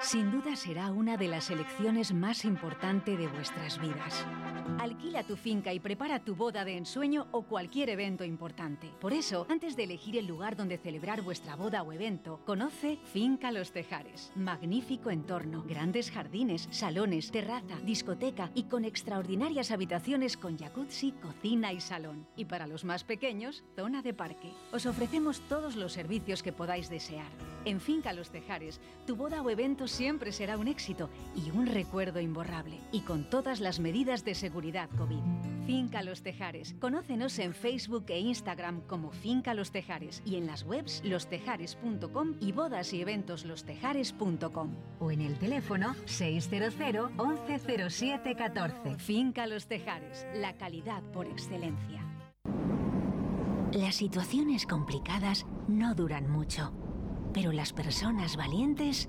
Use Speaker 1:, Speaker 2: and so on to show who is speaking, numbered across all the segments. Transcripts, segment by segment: Speaker 1: Sin duda será una de las elecciones más importantes de vuestras vidas. Alquila tu finca y prepara tu boda de ensueño o cualquier evento importante. Por eso, antes de elegir el lugar donde celebrar vuestra boda o evento, conoce Finca Los Tejares. Magnífico entorno, grandes jardines, salones, terraza, discoteca y con extraordinarias habitaciones con jacuzzi, cocina y salón. Y para los más pequeños, zona de parque. Os ofrecemos todos los servicios que podáis desear. En Finca Los Tejares, tu boda o evento siempre será un éxito y un recuerdo imborrable. Y con todas las medidas de seguridad COVID. Finca Los Tejares. Conócenos en Facebook e Instagram como Finca Los Tejares y en las webs lostejares.com y bodas y eventos lostejares.com o en el teléfono 600 1107 14. Finca Los Tejares, la calidad por excelencia. Las situaciones complicadas no duran mucho, pero las personas valientes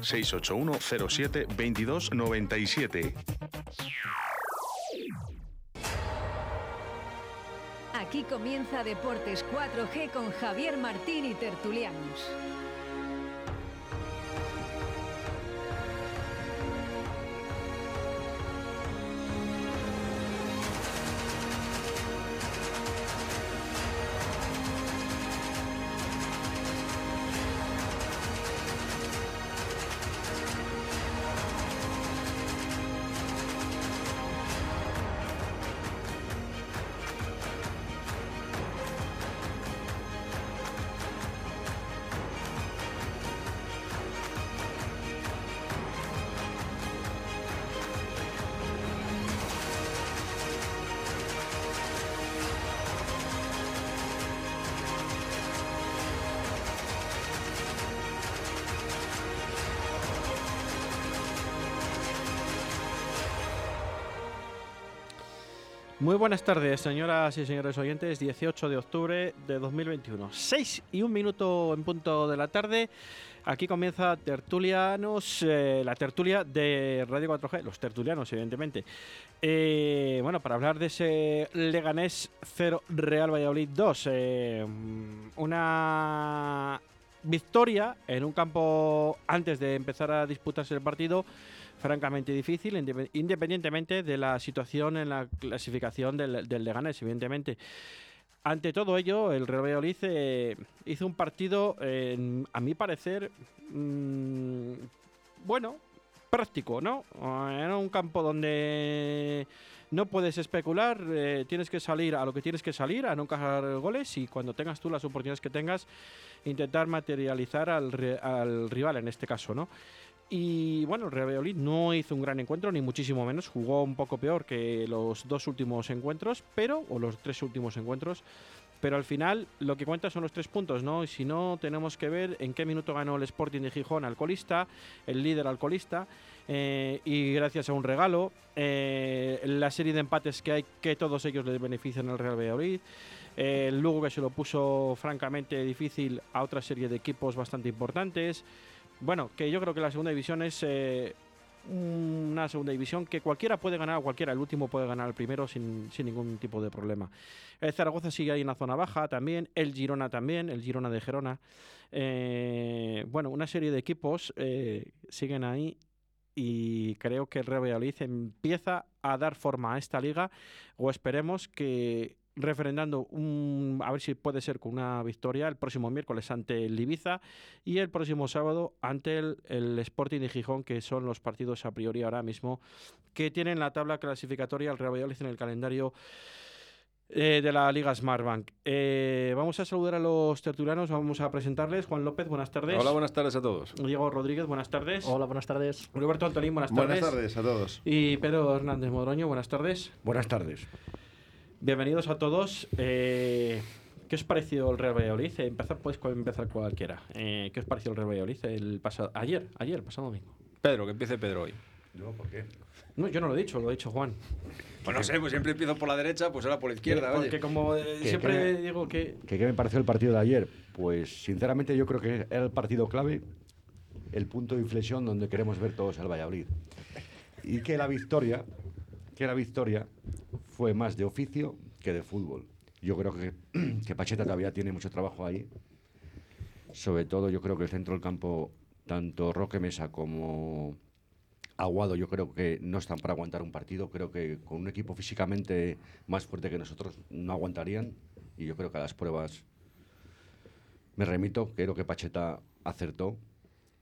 Speaker 2: 681-07-2297.
Speaker 1: Aquí comienza Deportes 4G con Javier Martín y Tertulianos.
Speaker 3: Muy buenas tardes, señoras y señores oyentes. 18 de octubre de 2021. 6 y un minuto en punto de la tarde. Aquí comienza Tertulianos, eh, la tertulia de Radio 4G, los tertulianos, evidentemente. Eh, bueno, para hablar de ese Leganés 0 Real Valladolid 2. Eh, una victoria en un campo antes de empezar a disputarse el partido francamente difícil, independientemente de la situación en la clasificación del, del Leganés, evidentemente. Ante todo ello, el Real Valladolid eh, hizo un partido, eh, a mi parecer, mmm, bueno, práctico, ¿no? Era un campo donde no puedes especular, eh, tienes que salir a lo que tienes que salir, a no encajar goles y cuando tengas tú las oportunidades que tengas, intentar materializar al, al rival en este caso, ¿no? Y bueno, el Real Valladolid no hizo un gran encuentro, ni muchísimo menos. Jugó un poco peor que los dos últimos encuentros, pero, o los tres últimos encuentros. Pero al final lo que cuenta son los tres puntos, ¿no? Y si no, tenemos que ver en qué minuto ganó el Sporting de Gijón alcoholista, el líder alcoholista, eh, y gracias a un regalo, eh, la serie de empates que hay, que todos ellos le benefician al Real Valladolid, eh, luego que se lo puso francamente difícil a otra serie de equipos bastante importantes Bueno, que yo creo que la segunda división es eh, una segunda división que cualquiera puede ganar a cualquiera. El último puede ganar al primero sin, sin ningún tipo de problema. El Zaragoza sigue ahí en la zona baja también. El Girona también. El Girona de Gerona. Eh, bueno, una serie de equipos eh, siguen ahí. Y creo que el Real Valladolid empieza a dar forma a esta liga. O esperemos que referendando un, a ver si puede ser con una victoria el próximo miércoles ante el Ibiza y el próximo sábado ante el, el Sporting de Gijón, que son los partidos a priori ahora mismo que tienen la tabla clasificatoria el Real Valladolid en el calendario eh, de la Liga Smartbank. Eh, vamos a saludar a los tertulianos, vamos a presentarles. Juan López, buenas tardes.
Speaker 4: Hola, buenas tardes a todos.
Speaker 3: Diego Rodríguez, buenas tardes.
Speaker 5: Hola, buenas tardes.
Speaker 3: Roberto Antolín, buenas tardes.
Speaker 4: Buenas tardes a todos.
Speaker 3: Y Pedro Hernández Modroño, buenas tardes.
Speaker 6: Buenas tardes.
Speaker 3: Bienvenidos a todos. Eh, ¿Qué os pareció el Real Valladolid? Eh, Empezar, puedes empezar cualquiera. Eh, ¿Qué os pareció el Real Valladolid el pasado, ayer, ayer, el pasado domingo?
Speaker 4: Pedro, que empiece Pedro hoy.
Speaker 6: No, ¿por qué?
Speaker 3: No, yo no lo he dicho, lo ha dicho Juan.
Speaker 4: Pues no sé, pues siempre empiezo por la derecha, pues ahora por la izquierda,
Speaker 3: Porque
Speaker 4: oye.
Speaker 3: como eh,
Speaker 6: Que-
Speaker 3: siempre
Speaker 6: que-
Speaker 3: digo que...
Speaker 6: ¿Qué, qué me pareció el partido de ayer? Pues sinceramente yo creo que era el partido clave, el punto de inflexión donde queremos ver todos al Valladolid. Y que la victoria, que la victoria fue más de oficio que de fútbol. Yo creo que, que Pacheta todavía tiene mucho trabajo ahí. Sobre todo yo creo que el centro del campo, tanto Roque Mesa como Aguado, yo creo que no están para aguantar un partido. Creo que con un equipo físicamente más fuerte que nosotros no aguantarían. Y yo creo que a las pruebas me remito. Creo que Pacheta acertó.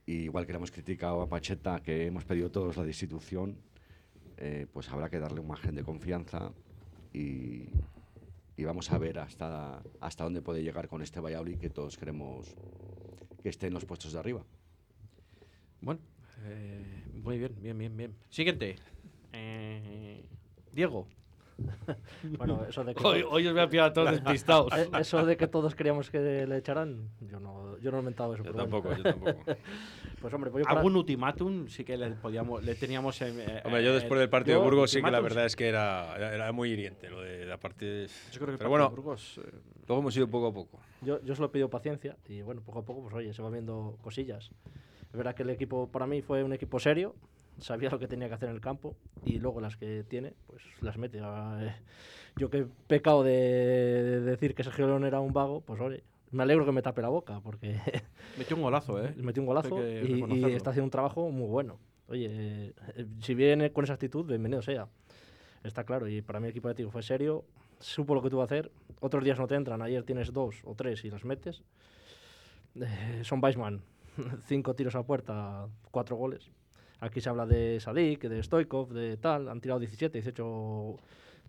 Speaker 6: Y igual que le hemos criticado a Pacheta, que hemos pedido todos la destitución, eh, pues habrá que darle un margen de confianza. Y, y vamos a ver hasta, hasta dónde puede llegar con este Valladolid que todos queremos que esté en los puestos de arriba.
Speaker 3: Bueno, eh, muy bien, bien, bien, bien. Siguiente. Eh, Diego.
Speaker 5: Bueno, eso de que,
Speaker 3: Mm. Hoy, hoy os voy a pillar a todos despistados.
Speaker 5: eh, eso de que todos queríamos que le echaran, yo no, yo no he inventado eso.
Speaker 4: Yo
Speaker 5: pero bueno.
Speaker 4: tampoco, yo tampoco.
Speaker 5: Pues hombre, pues yo para-
Speaker 3: Algún ultimátum sí que le, podíamos, le teníamos... en- eh,
Speaker 4: Hombre, yo
Speaker 3: eh,
Speaker 4: después del partido
Speaker 3: yo,
Speaker 4: de Burgos sí que la
Speaker 3: ultimátums,
Speaker 4: verdad es que era, era- era muy hiriente lo de la parte.
Speaker 3: Yo creo que el
Speaker 4: Pero
Speaker 3: partido
Speaker 4: bueno,
Speaker 3: de Burgos... eh,
Speaker 4: luego hemos ido poco a poco.
Speaker 5: Yo, yo solo pido paciencia y bueno, poco a poco, pues oye, se van viendo cosillas. Es verdad que el equipo para mí fue un equipo serio, sabía lo que tenía que hacer en el campo y luego las que tiene, pues las mete. Ah, eh, Yo que he pecado de, de decir que Sergio León era un vago, pues oye, me alegro que me tape la boca porque
Speaker 3: metió un golazo, ¿eh?
Speaker 5: metió un golazo
Speaker 3: Hay que
Speaker 5: y- y,
Speaker 3: reconocerlo.
Speaker 5: está haciendo un trabajo muy bueno. Oye, eh, eh, si viene con esa actitud, bienvenido sea. Está claro, y para mí el equipo de Tigo fue serio, supo lo que tuvo que hacer. Otros días no te entran, ayer tienes dos o tres y las metes. Eh, son Weisman, cinco tiros a puerta, cuatro goles. Aquí se habla de Sadik, de Stoikov, de tal, han tirado 17, 18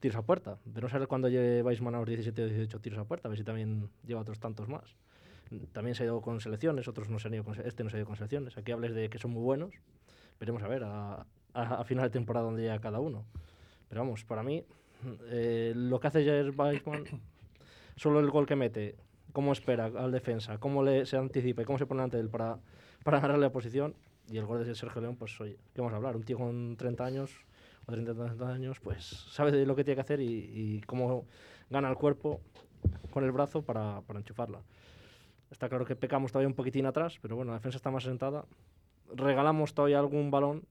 Speaker 5: tiros a puerta. De no saber cuándo lleve Weisman a los 17 o 18 tiros a puerta, a ver si también lleva otros tantos más también se ha ido con selecciones, otros no se han ido con, se- este no se ha ido con selecciones. Aquí hables de que son muy buenos, veremos a ver a, a- a final de temporada dónde llega cada uno. Pero vamos, para mí, eh, lo que hace Jair Weissman, solo el gol que mete, cómo espera al defensa, cómo le, se anticipa y cómo se pone ante él para, para ganarle la posición. Y el gol de Sergio León, pues oye, ¿qué vamos a hablar? Un tío con 30 años o 30 y tantos años, pues sabe de lo que tiene que hacer y, y cómo gana el cuerpo con el brazo para, para enchufarla. Está claro que pecamos todavía un poquitín atrás, pero bueno, la defensa está más sentada. Regalamos todavía algún balón,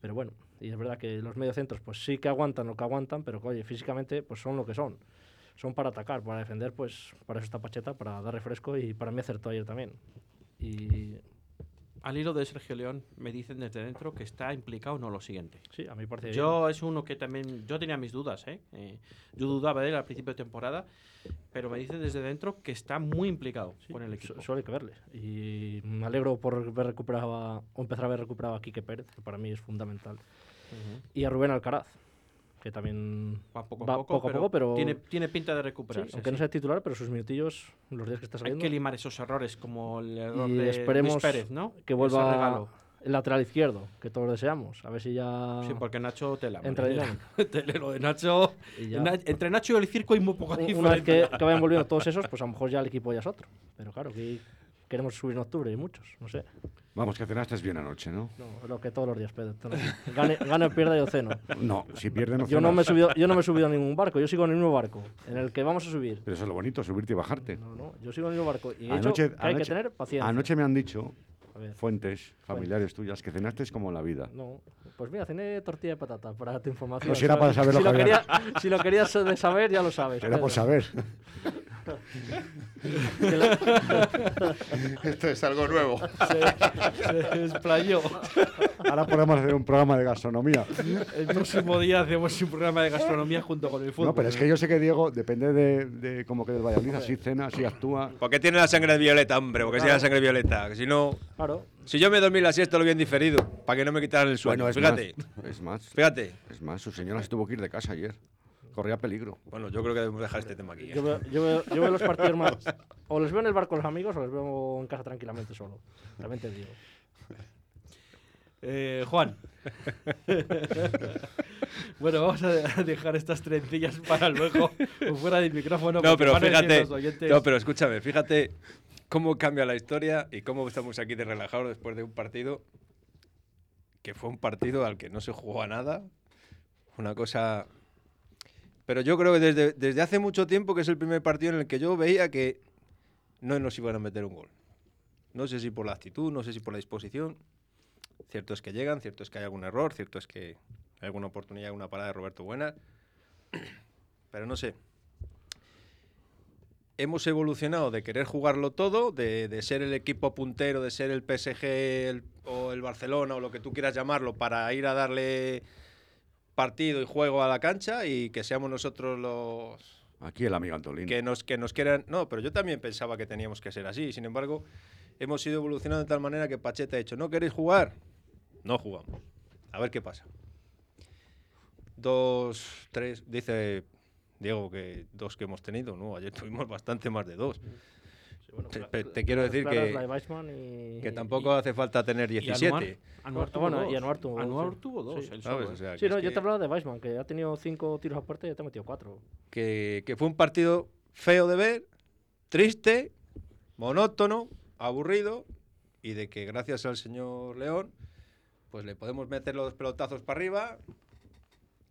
Speaker 5: pero bueno, y es verdad que los mediocentros pues sí que aguantan lo que aguantan, pero que, oye, físicamente pues son lo que son. Son para atacar, para defender, pues para eso está Pacheta, para dar refresco y para mí acertó ayer también. Y
Speaker 3: Al hilo de Sergio León, me dicen desde dentro que está implicado no lo siguiente.
Speaker 5: sí, a mí me parece
Speaker 3: Yo es uno que también, yo tenía mis dudas, ¿eh? Eh, yo dudaba de él al principio de temporada, pero me dicen desde dentro que está muy implicado
Speaker 5: Sí,
Speaker 3: con el
Speaker 5: su-
Speaker 3: equipo.
Speaker 5: Suele que verle. Y me alegro por ver recuperado a- o empezar a ver recuperado a Quique Pérez, que para mí es fundamental.
Speaker 3: Ujú.
Speaker 5: Y a Rubén Alcaraz, que también
Speaker 3: Va poco a
Speaker 5: va
Speaker 3: poco, pero, tiene, tiene pinta de
Speaker 5: Sí,
Speaker 3: recuperarse.
Speaker 5: aunque no
Speaker 3: sí.
Speaker 5: sea titular, pero sus minutillos, los días que está
Speaker 3: Hay
Speaker 5: saliendo,
Speaker 3: que limar esos errores como el error
Speaker 5: Y
Speaker 3: de
Speaker 5: esperemos
Speaker 3: Luis Pérez, ¿no?
Speaker 5: que
Speaker 3: Ese
Speaker 5: vuelva
Speaker 3: regalo.
Speaker 5: el lateral izquierdo, que todos deseamos. A ver si ya
Speaker 3: Sí, porque Nacho te la
Speaker 5: entra dinámica.
Speaker 3: lo de Nacho.
Speaker 5: Y ya-
Speaker 3: Na- entre Nacho y el circo hay muy poca
Speaker 5: un-
Speaker 3: diferencia.
Speaker 5: Una vez que, que vayan volviendo todos esos, pues a lo mejor ya el equipo ya es otro. Pero claro, que queremos subir en octubre y muchos, no sé.
Speaker 6: Vamos, que cenaste bien anoche, ¿no?
Speaker 5: No, es lo que todos los días, Pedro. todos los días. Gane, gane, pierda yo ceno.
Speaker 6: No, si pierden no
Speaker 5: Yo no, me he
Speaker 6: cenas.
Speaker 5: subido, yo no me he subido a ningún barco, yo sigo en el mismo barco en el que vamos a subir.
Speaker 6: Pero eso es lo bonito, subirte y bajarte.
Speaker 5: No, no, yo sigo en el mismo barco. Y he dicho
Speaker 6: Anoche,
Speaker 5: que hay
Speaker 6: anoche-
Speaker 5: que tener paciencia.
Speaker 6: anoche me han dicho
Speaker 5: A ver.
Speaker 6: fuentes familiares tuyas que cenaste como la vida.
Speaker 5: No, pues mira, cené tortilla de patata para tu información.
Speaker 6: No, si Pues era
Speaker 5: ¿sabes?
Speaker 6: para saber
Speaker 5: si
Speaker 6: lo
Speaker 5: lo,
Speaker 6: que había.
Speaker 5: querías, si lo querías de saber, ya lo sabes.
Speaker 6: Era por
Speaker 5: Pedro.
Speaker 6: saber.
Speaker 7: Esto es algo nuevo.
Speaker 3: Se desplayó.
Speaker 6: Ahora podemos hacer un programa de gastronomía.
Speaker 3: El próximo día hacemos un programa de gastronomía junto con el fútbol.
Speaker 6: No, pero es
Speaker 5: ¿eh?
Speaker 6: que yo sé que Diego, depende de, de como que del Valladolid, así cena, así actúa.
Speaker 8: Porque tiene la sangre violeta, hombre, porque si la sangre violeta. que Si no.
Speaker 5: Claro.
Speaker 8: Si yo me dormí la siesta lo bien diferido, para que no me quitaran el sueño.
Speaker 6: Bueno, es
Speaker 8: fíjate,
Speaker 6: más. Es más.
Speaker 8: fíjate.
Speaker 6: Es más, su señora se tuvo que ir de casa ayer. Corría peligro.
Speaker 8: Bueno, yo creo que debemos dejar este tema aquí. ¿eh?
Speaker 5: Yo veo, yo, veo, yo veo los partidos más. O los veo en el bar con los amigos o los veo en casa tranquilamente solo. También te digo.
Speaker 3: Eh, Juan. bueno, vamos a dejar estas trencillas para luego o fuera del micrófono.
Speaker 8: No,
Speaker 3: porque
Speaker 8: pero
Speaker 3: van a decir
Speaker 8: fíjate.
Speaker 3: los oyentes-
Speaker 8: No, pero escúchame, fíjate cómo cambia la historia y cómo estamos aquí de relajados después de un partido que fue un partido al que no se jugó a nada. Una cosa. Pero yo creo que desde, desde hace mucho tiempo que es el primer partido en el que yo veía que no nos iban a meter un gol. No sé si por la actitud, no sé si por la disposición. Cierto es que llegan, cierto es que hay algún error, cierto es que hay alguna oportunidad, alguna parada de Roberto Buena. Pero no sé. Hemos evolucionado de querer jugarlo todo, de, de ser el equipo puntero, de ser el PSG el- o el Barcelona o lo que tú quieras llamarlo para ir a darle partido y juego a la cancha y que seamos nosotros los,
Speaker 6: Aquí el amigo Antolín.
Speaker 8: que nos, que nos quieran. No, pero yo también pensaba que teníamos que ser así. Sin embargo, hemos ido evolucionando de tal manera que Pacheta ha dicho: ¿No queréis jugar? No jugamos. A ver qué pasa. Dos, tres, dice Diego que dos que hemos tenido, ¿no? Ayer tuvimos bastante más de dos.
Speaker 5: Sí, bueno,
Speaker 8: Te-
Speaker 5: cla-
Speaker 8: te- te quiero decir
Speaker 5: claro,
Speaker 8: que-
Speaker 5: es la de Weissman y-
Speaker 8: Que tampoco hace falta tener
Speaker 3: Y Anuar-
Speaker 8: 17.
Speaker 3: Anuar tuvo
Speaker 5: Bueno,
Speaker 3: dos.
Speaker 5: y Anuar tuvo dos,
Speaker 3: Anuar
Speaker 5: sí.
Speaker 3: tuvo dos,
Speaker 5: Sí.
Speaker 3: él solo,
Speaker 8: ¿sabes?
Speaker 3: ¿eh?
Speaker 8: O sea,
Speaker 5: Sí,
Speaker 8: que
Speaker 5: no,
Speaker 8: es
Speaker 5: yo
Speaker 8: que-
Speaker 5: te hablaba de Weissman, que ha tenido cinco tiros a puerta y ya te ha metido cuatro.
Speaker 8: que, que fue un partido feo de ver, triste, monótono, aburrido, y de que gracias al señor León, pues le podemos meter los pelotazos para arriba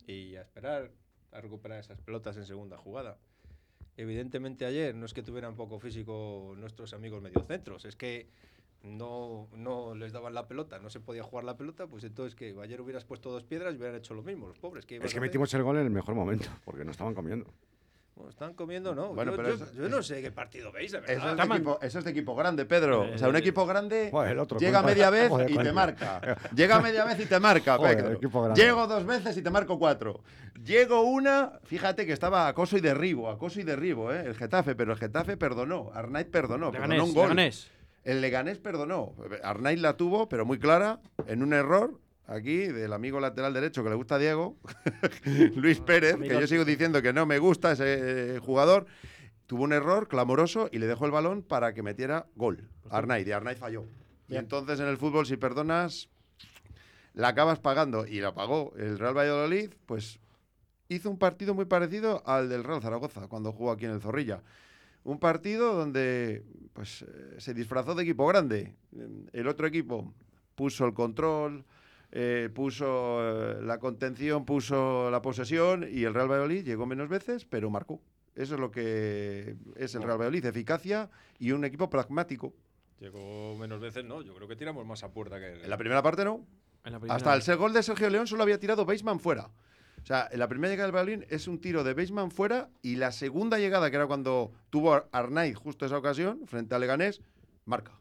Speaker 8: y a esperar a recuperar esas pelotas en segunda jugada. Evidentemente ayer no es que tuvieran poco físico nuestros amigos mediocentros, es que no, no les daban la pelota, no se podía jugar la pelota, pues entonces que ayer hubieras puesto dos piedras y hubieran hecho lo mismo, los pobres. ¿qué ibas
Speaker 6: Es que
Speaker 8: a hacer?
Speaker 6: metimos el gol en el mejor momento, porque no estaban comiendo.
Speaker 8: Bueno, están comiendo, no.
Speaker 9: Bueno,
Speaker 8: yo,
Speaker 9: pero
Speaker 8: yo-
Speaker 9: es-
Speaker 8: yo
Speaker 9: es-
Speaker 8: no sé qué partido veis, de
Speaker 9: Eso
Speaker 8: verdad.
Speaker 9: es, de equipo, eso es de equipo grande, Pedro. O sea, un equipo grande
Speaker 6: Eh, Joder, el otro,
Speaker 9: llega
Speaker 6: coño.
Speaker 9: media vez
Speaker 6: Joder,
Speaker 9: y te
Speaker 6: coño.
Speaker 9: marca. Llega media vez y te marca,
Speaker 6: Joder,
Speaker 9: Pedro.
Speaker 6: equipo grande.
Speaker 9: Llego dos veces y te marco cuatro. Llego una, fíjate que estaba acoso y derribo, acoso y derribo, ¿eh? el Getafe, pero el Getafe perdonó, Arnaiz perdonó, perdonó
Speaker 3: Leganés,
Speaker 9: un gol.
Speaker 3: Leganés.
Speaker 9: El Leganés perdonó. Arnaiz la tuvo, pero muy clara, en un error aquí del amigo lateral derecho que le gusta a Diego, Luis Pérez, que yo sigo diciendo que no me gusta ese eh, jugador. Tuvo un error clamoroso y le dejó el balón para que metiera gol. Arnaiz, y Arnaiz falló. Y entonces en el fútbol, si perdonas, la acabas pagando. Y la pagó el Real Valladolid, pues hizo un partido muy parecido al del Real Zaragoza cuando jugó aquí en el Zorrilla. Un partido donde pues, eh, se disfrazó de equipo grande. Eh, El otro equipo puso el control, eh, puso eh, la contención, puso la posesión y el Real Valladolid llegó menos veces, pero marcó. Eso es lo que es el Real Valladolid, eficacia y un equipo pragmático.
Speaker 8: Llegó menos veces, no. Yo creo que tiramos más a puerta que.
Speaker 9: En la primera parte no,
Speaker 3: En la primera-
Speaker 9: hasta el ser gol de Sergio León solo había tirado Beisman fuera. O sea, en la primera llegada del Berlín es un tiro de Beisman fuera y la segunda llegada, que era cuando tuvo Ar- Arnaiz justo esa ocasión, frente a Leganés, marca.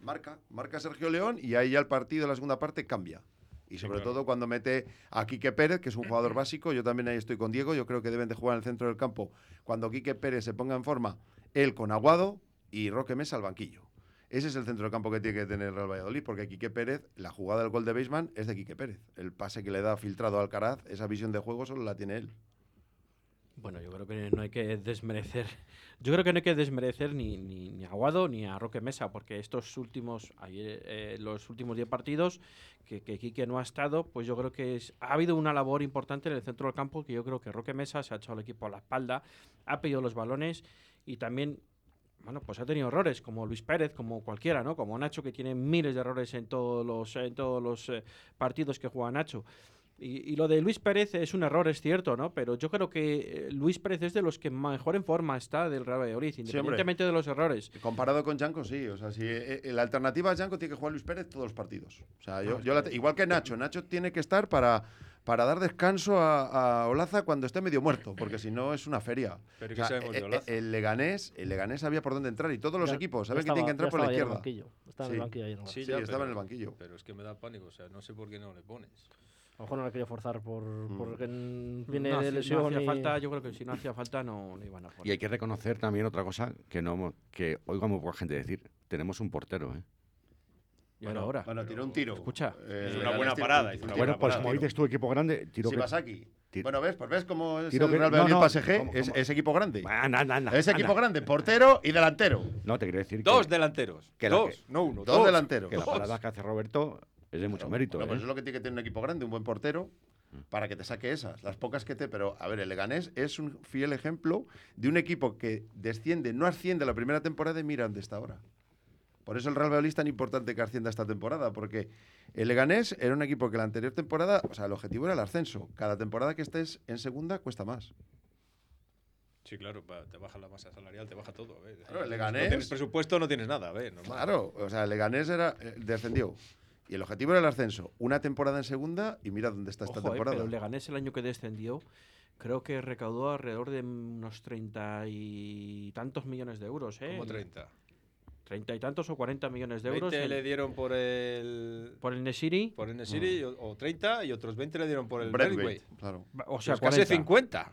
Speaker 9: Marca, marca Sergio León y ahí ya el partido de la segunda parte cambia. Y sobre todo cuando mete a Quique Pérez, que es un jugador básico, yo también ahí estoy con Diego, yo creo que deben de jugar en el centro del campo. Cuando Quique Pérez se ponga en forma, él con Aguado y Roque Mesa al banquillo. Ese es el centro del campo que tiene que tener el Real Valladolid, porque Quique Pérez, la jugada del gol de Beisman es de Quique Pérez. El pase que le da filtrado a Alcaraz, esa visión de juego solo la tiene él.
Speaker 3: Bueno, yo creo que no hay que desmerecer. Yo creo que no hay que desmerecer ni, ni, ni a Guado ni a Roque Mesa, porque estos últimos, ayer, eh, los últimos 10 partidos que, que Quique no ha estado, pues yo creo que es- ha habido una labor importante en el centro del campo que yo creo que Roque Mesa se ha echado al equipo a la espalda, ha pedido los balones y también, bueno, pues ha tenido errores, como Luis Pérez, como cualquiera, ¿no? Como Nacho, que tiene miles de errores en todos los, en todos los eh, partidos que juega Nacho. Y, y lo de Luis Pérez es un error, es cierto, ¿no? Pero yo creo que eh, Luis Pérez es de los que mejor en forma está del Real Valladolid,
Speaker 9: hombre.
Speaker 3: independientemente de los errores.
Speaker 9: Comparado con Janko, sí. O sea, si eh, eh, la alternativa a Janko tiene que jugar Luis Pérez todos los partidos. O sea,
Speaker 5: Ah,
Speaker 9: yo, yo la te- igual que Nacho. Nacho tiene que estar para, para dar descanso a, a Olaza cuando esté medio muerto, porque si no es una feria.
Speaker 8: Pero
Speaker 9: O
Speaker 8: ¿y qué
Speaker 9: sea,
Speaker 8: sabemos de
Speaker 9: eh, eh,
Speaker 8: Olaza?
Speaker 9: el Leganés, el Leganés sabía por dónde entrar y todos los
Speaker 5: Ya-
Speaker 9: equipos
Speaker 5: ya
Speaker 9: saben que tienen que
Speaker 5: estaba-
Speaker 9: entrar
Speaker 5: ya
Speaker 9: por la
Speaker 5: estaba ayer en el
Speaker 9: izquierda.
Speaker 5: banquillo. Estaba en
Speaker 9: Sí.
Speaker 5: el banquillo ayer. ¿no?
Speaker 9: Sí, ya estaba en el banquillo.
Speaker 8: Pero es que me da pánico, o sea, no sé por qué no le pones.
Speaker 5: A lo mejor no la quería forzar por, porque mm,
Speaker 3: No
Speaker 5: viene
Speaker 3: hacía-
Speaker 5: de
Speaker 3: no
Speaker 5: lesión.
Speaker 3: hacía
Speaker 5: y-
Speaker 3: falta, yo creo que si no hacía falta no, no iban a
Speaker 6: Y
Speaker 3: jugar.
Speaker 6: hay que reconocer también otra cosa que no hemos- que oigo a muy poca gente decir. Tenemos un portero, ¿eh?
Speaker 3: Y ahora, ahora.
Speaker 9: Bueno, tiró un tiro.
Speaker 3: Escucha,
Speaker 9: Eh,
Speaker 8: es
Speaker 9: el
Speaker 8: una
Speaker 9: Leganés
Speaker 8: buena
Speaker 9: tiró un
Speaker 8: parada,
Speaker 9: tiro.
Speaker 8: es una
Speaker 6: Bueno,
Speaker 8: buena
Speaker 6: pues
Speaker 8: parada.
Speaker 6: como dices tú, equipo grande, tiro que...
Speaker 9: Sibasaki.
Speaker 6: tiro-
Speaker 9: Bueno, ves, pues ves cómo es
Speaker 6: Tiro
Speaker 9: el
Speaker 6: que-
Speaker 9: Real
Speaker 6: no,
Speaker 9: Valladolid
Speaker 6: no,
Speaker 9: PSG.
Speaker 6: como-
Speaker 9: Es,
Speaker 6: como-
Speaker 9: es equipo grande.
Speaker 6: Ah, anda, anda, anda,
Speaker 9: Es equipo
Speaker 6: anda.
Speaker 9: grande, portero eh, y delantero.
Speaker 6: No, te quiero decir
Speaker 8: Dos
Speaker 6: que,
Speaker 8: delanteros.
Speaker 6: que la
Speaker 8: dos,
Speaker 6: que-
Speaker 8: no uno.
Speaker 9: dos delanteros.
Speaker 6: que la parada que hace Roberto es de mucho mérito.
Speaker 9: Bueno,
Speaker 6: ¿eh?
Speaker 9: pues es lo que tiene que tener un equipo grande, un buen portero, para que te saque esas, las pocas que te. Pero, a ver, el Leganés es un fiel ejemplo de un equipo que desciende, no asciende la primera temporada y mira ante esta hora. Por eso el Real Valladolid es tan importante que ascienda esta temporada, porque el Leganés era un equipo que la anterior temporada, o sea, el objetivo era el ascenso. Cada temporada que estés en segunda cuesta más.
Speaker 8: Sí, claro, pa- te baja la masa salarial, te baja todo. ¿eh? a ver.
Speaker 9: Claro, el
Speaker 8: No
Speaker 9: Leganés-
Speaker 8: tienes presupuesto, no tienes nada, a ver, normal.
Speaker 9: Claro, o sea, el Leganés era, eh, descendió. Y el objetivo era el ascenso. Una temporada en segunda y mira dónde está esta
Speaker 3: Ojo, eh,
Speaker 9: temporada.
Speaker 3: pero Leganés el año que descendió, creo que recaudó alrededor de unos treinta y tantos millones de euros, ¿eh?
Speaker 8: Como 30.
Speaker 3: Treinta y tantos o cuarenta millones de euros
Speaker 8: 20
Speaker 3: el-
Speaker 8: le dieron por el.
Speaker 3: por el Nesiri.
Speaker 8: Por el Nesiri, o, o 30, y otros 20 le dieron por el
Speaker 9: Braithwaite,
Speaker 8: Braithwaite.
Speaker 9: Mm. claro. Mm.
Speaker 3: O sea,
Speaker 8: Pues casi
Speaker 3: 40.
Speaker 8: 50.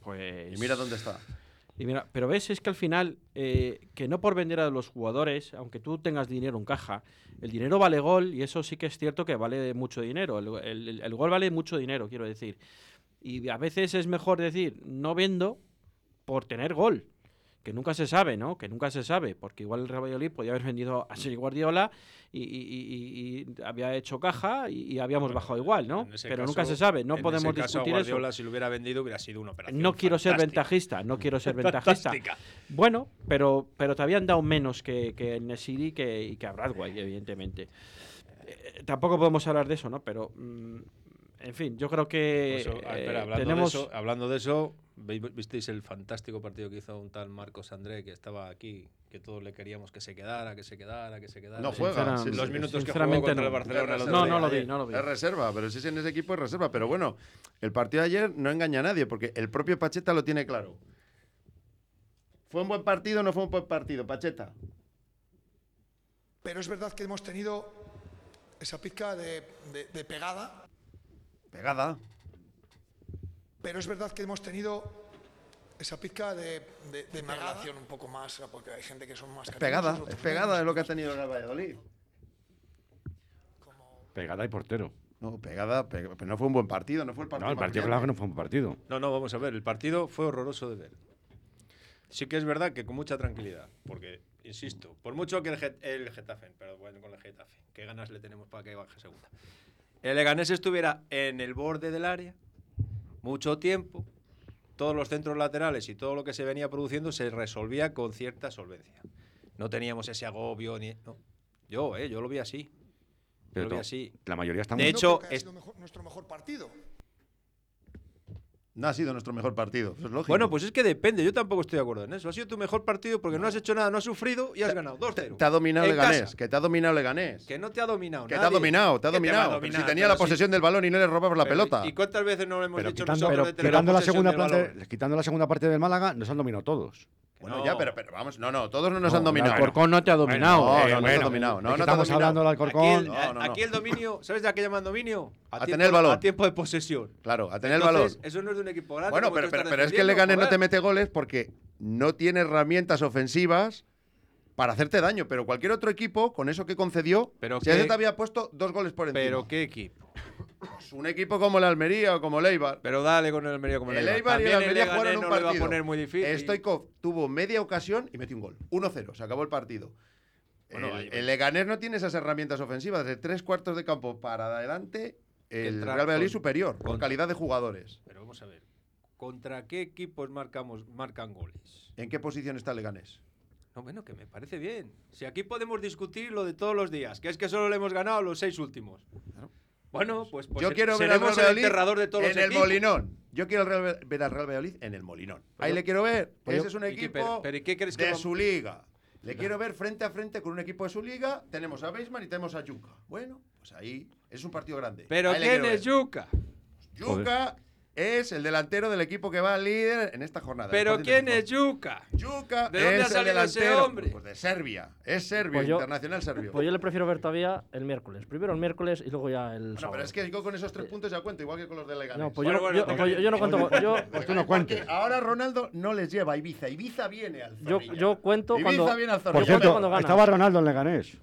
Speaker 3: Pues,
Speaker 9: Y mira dónde está.
Speaker 3: y mira, pero ves, es que al final, eh, que no por vender a los jugadores, aunque tú tengas dinero en caja, el dinero vale gol y eso sí que es cierto que vale mucho dinero. El, el- el gol vale mucho dinero, quiero decir. Y a veces es mejor decir, no vendo por tener gol. Que nunca se sabe, ¿no? Que nunca se sabe. Porque igual el Real Valladolid podía haber vendido a Sergio Guardiola y, y- y- y- y había hecho caja y, y habíamos bajado igual, ¿no?
Speaker 8: En ese
Speaker 3: Pero
Speaker 8: caso-
Speaker 3: nunca se sabe. No
Speaker 8: en
Speaker 3: podemos
Speaker 8: ese caso, a
Speaker 3: discutir eso.
Speaker 8: Guardiola, si lo hubiera vendido, hubiera sido una operación.
Speaker 3: No quiero ser
Speaker 8: fantástica.
Speaker 3: ventajista, no quiero ser ventajista.
Speaker 8: Fantástica.
Speaker 3: Bueno, pero, pero te habían dado menos que, que el Nesiri que, y que a Bradway, evidentemente. Eh, tampoco podemos hablar de eso, ¿no? Pero, mm, en fin, yo creo que
Speaker 8: Pues, ah,
Speaker 3: eh,
Speaker 8: espera, hablando,
Speaker 3: tenemos...
Speaker 8: de eso, hablando de eso, vi- visteis el fantástico partido que hizo un tal Marcos André que estaba aquí, que todos le queríamos que se quedara, que se quedara, que se quedara.
Speaker 9: No juega,
Speaker 8: Sinceramente,
Speaker 9: sí, sí,
Speaker 8: Los
Speaker 9: sí.
Speaker 8: minutos que jugó
Speaker 3: Sinceramente
Speaker 8: contra
Speaker 3: no.
Speaker 8: el Barcelona. eh. el
Speaker 9: Es
Speaker 8: otro
Speaker 3: No,
Speaker 8: día.
Speaker 3: no lo
Speaker 9: ayer.
Speaker 3: vi, no lo vi.
Speaker 9: Es reserva, pero si es en ese equipo es reserva. Pero bueno, el partido de ayer no engaña a nadie, porque el propio Pacheta lo tiene claro. ¿Fue un buen partido o no fue un buen partido, Pacheta?
Speaker 10: Pero es verdad que hemos tenido esa pizca de, de- de pegada,
Speaker 9: Pegada.
Speaker 10: pero es verdad que hemos tenido esa pizca de, de, de una relación un poco más, porque hay gente que son más
Speaker 9: Es pegada,
Speaker 10: cariñosos,
Speaker 9: es
Speaker 10: otros
Speaker 9: pegada
Speaker 10: menos.
Speaker 9: es lo que ha tenido el Real Valladolid.
Speaker 6: Pegada y portero.
Speaker 9: No, pegada, pe- pero no fue un buen partido, no fue el partido.
Speaker 6: No, el
Speaker 9: más
Speaker 6: partido
Speaker 9: brillante.
Speaker 6: claro que no fue un partido.
Speaker 8: No, no, vamos a ver, el partido fue horroroso de ver. Sí que es verdad que con mucha tranquilidad, porque, insisto, por mucho que el, Get- el Getafe, pero bueno, con el Getafe, qué ganas le tenemos para que baje segunda. El Leganés estuviera en el borde del área mucho tiempo, todos los centros laterales y todo lo que se venía produciendo se resolvía con cierta solvencia. No teníamos ese agobio ni... no. Yo, eh, yo lo vi así. Yo
Speaker 6: Pero
Speaker 8: lo vi
Speaker 6: to-
Speaker 8: así.
Speaker 6: La mayoría estamos...
Speaker 8: De
Speaker 10: No
Speaker 8: hecho,
Speaker 10: creo que haya
Speaker 8: es-
Speaker 10: sido mejor- nuestro mejor partido.
Speaker 9: No ha sido nuestro mejor partido, eso es lógico.
Speaker 8: Bueno, pues es que depende. Yo tampoco estoy de acuerdo en eso. Ha sido tu mejor partido porque no, has hecho nada, no has sufrido y has ganado 2-0.
Speaker 9: Te ha dominado
Speaker 8: En
Speaker 9: Leganés,
Speaker 8: casa.
Speaker 9: que te ha dominado Leganés.
Speaker 8: Que no te ha dominado.
Speaker 9: Que te ha
Speaker 8: nadie.
Speaker 9: dominado, te ha
Speaker 8: ¿Qué va a
Speaker 9: dominado. Pero
Speaker 8: dominar?
Speaker 9: si tenía la
Speaker 8: Pero sí.
Speaker 9: posesión del balón y no le robabas la
Speaker 8: Pero,
Speaker 9: pelota.
Speaker 8: ¿Y cuántas veces no lo hemos
Speaker 6: Pero
Speaker 8: dicho
Speaker 6: quitando,
Speaker 8: nosotros
Speaker 6: pero
Speaker 8: de tener
Speaker 6: quitando la
Speaker 8: posesión
Speaker 6: segunda
Speaker 8: del
Speaker 6: planta-
Speaker 8: balón?
Speaker 6: quitando la segunda parte del Málaga, nos han dominado todos.
Speaker 9: Bueno,
Speaker 8: No.
Speaker 9: ya, pero, pero vamos, no, no, todos no nos han dominado.
Speaker 3: Alcorcón no te ha dominado.
Speaker 9: no, no,
Speaker 3: eh,
Speaker 9: no,
Speaker 3: bueno.
Speaker 9: te ha dominado. No,
Speaker 6: Es que
Speaker 9: no te ha
Speaker 6: estamos
Speaker 9: dominado.
Speaker 6: hablando del
Speaker 8: Aquí
Speaker 6: Alcorcón.
Speaker 8: el,
Speaker 9: No, no,
Speaker 8: aquí
Speaker 9: no.
Speaker 8: el dominio, ¿sabes de a qué llaman dominio?
Speaker 9: A tener el balón.
Speaker 8: A tiempo de posesión.
Speaker 9: Claro, a tener el
Speaker 8: Entonces,
Speaker 9: balón.
Speaker 8: Eso no es de un equipo grande.
Speaker 9: Bueno,
Speaker 8: como
Speaker 9: pero,
Speaker 8: tú
Speaker 9: pero,
Speaker 8: estás
Speaker 9: pero es que el
Speaker 8: defendiendo,
Speaker 9: Leganés no te
Speaker 8: joder.
Speaker 9: mete goles porque no tiene herramientas ofensivas para hacerte daño. Pero cualquier otro equipo, con eso que concedió,
Speaker 8: Pero
Speaker 9: si ese
Speaker 8: qué-
Speaker 9: te había puesto dos goles por encima.
Speaker 8: Pero qué equipo.
Speaker 9: Pues un equipo como el Almería o como el Eibar.
Speaker 8: Pero dale con el Almería como
Speaker 9: el Eibar y el
Speaker 8: También
Speaker 9: Almería
Speaker 8: Leganés
Speaker 9: jugaron un
Speaker 8: no le va a
Speaker 9: partido.
Speaker 8: poner muy difícil.
Speaker 9: Stoichkov tuvo media ocasión y metió un gol. 1-0, se acabó el partido.
Speaker 8: Bueno,
Speaker 9: el,
Speaker 8: ahí-
Speaker 9: el Leganés no tiene esas herramientas ofensivas. De tres cuartos de campo para adelante, el
Speaker 8: Entra
Speaker 9: Real Valladolid
Speaker 8: con-
Speaker 9: superior, por
Speaker 8: con-
Speaker 9: calidad de jugadores.
Speaker 8: Pero vamos a ver, ¿contra qué equipos marcamos, marcan goles?
Speaker 9: ¿En qué posición está el Leganés?
Speaker 8: No, bueno, que me parece bien. Si aquí podemos discutir lo de todos los días, que es que solo le hemos ganado a los seis últimos.
Speaker 4: Bueno, pues, pues
Speaker 9: Yo
Speaker 4: se-
Speaker 9: quiero ver al
Speaker 4: seremos
Speaker 9: Real
Speaker 4: el
Speaker 9: Valladolid
Speaker 4: enterrador de todos
Speaker 9: en
Speaker 4: los
Speaker 9: el
Speaker 4: equipos.
Speaker 9: Molinón. Yo quiero al Real- ver al Real Valladolid en el Molinón. Ahí
Speaker 4: yo-
Speaker 9: le quiero ver.
Speaker 4: pues yo-
Speaker 9: Ese es un
Speaker 4: ¿Y qué-
Speaker 9: equipo
Speaker 4: pero- pero ¿y qué crees que
Speaker 9: de
Speaker 4: va-
Speaker 9: su liga. Le quiero ver frente a frente con un equipo de su liga. Tenemos a Beisman y tenemos a Yuka. Bueno, pues ahí es un partido grande.
Speaker 4: Pero
Speaker 9: Ahí le
Speaker 4: ¿quién
Speaker 9: quiero
Speaker 4: es
Speaker 9: ver.
Speaker 4: Yuka?
Speaker 9: Yuka es el delantero del equipo que va líder en esta jornada.
Speaker 4: Pero
Speaker 9: El partido
Speaker 4: ¿quién
Speaker 9: de
Speaker 4: es Yuka?
Speaker 9: Yuka
Speaker 4: ¿De dónde
Speaker 9: es
Speaker 4: ha
Speaker 9: el
Speaker 4: salido ese
Speaker 9: delantero.
Speaker 4: hombre?
Speaker 9: Pues de Serbia. Es serbio,
Speaker 5: Pues yo-
Speaker 9: internacional serbio.
Speaker 5: Pues yo le prefiero ver todavía el miércoles. Primero el miércoles y luego ya el
Speaker 9: No,
Speaker 5: sábado.
Speaker 9: pero es que yo con esos tres puntos ya cuento, igual que con los de Leganés.
Speaker 5: No, pues
Speaker 4: Bueno,
Speaker 5: yo,
Speaker 4: bueno,
Speaker 5: yo-
Speaker 4: venga,
Speaker 5: pues yo- yo no
Speaker 4: venga.
Speaker 5: cuento. Yo,
Speaker 6: Pues tú no cuentes.
Speaker 9: Porque ahora Ronaldo no les lleva a Ibiza. Ibiza viene al
Speaker 5: yo,
Speaker 9: Zorrilla.
Speaker 5: yo cuento
Speaker 9: Ibiza
Speaker 5: cuando.
Speaker 9: viene al Zorrilla.
Speaker 6: Por
Speaker 5: Yo cuento cuando
Speaker 6: cierto,
Speaker 5: gana.
Speaker 6: estaba Ronaldo en Leganés.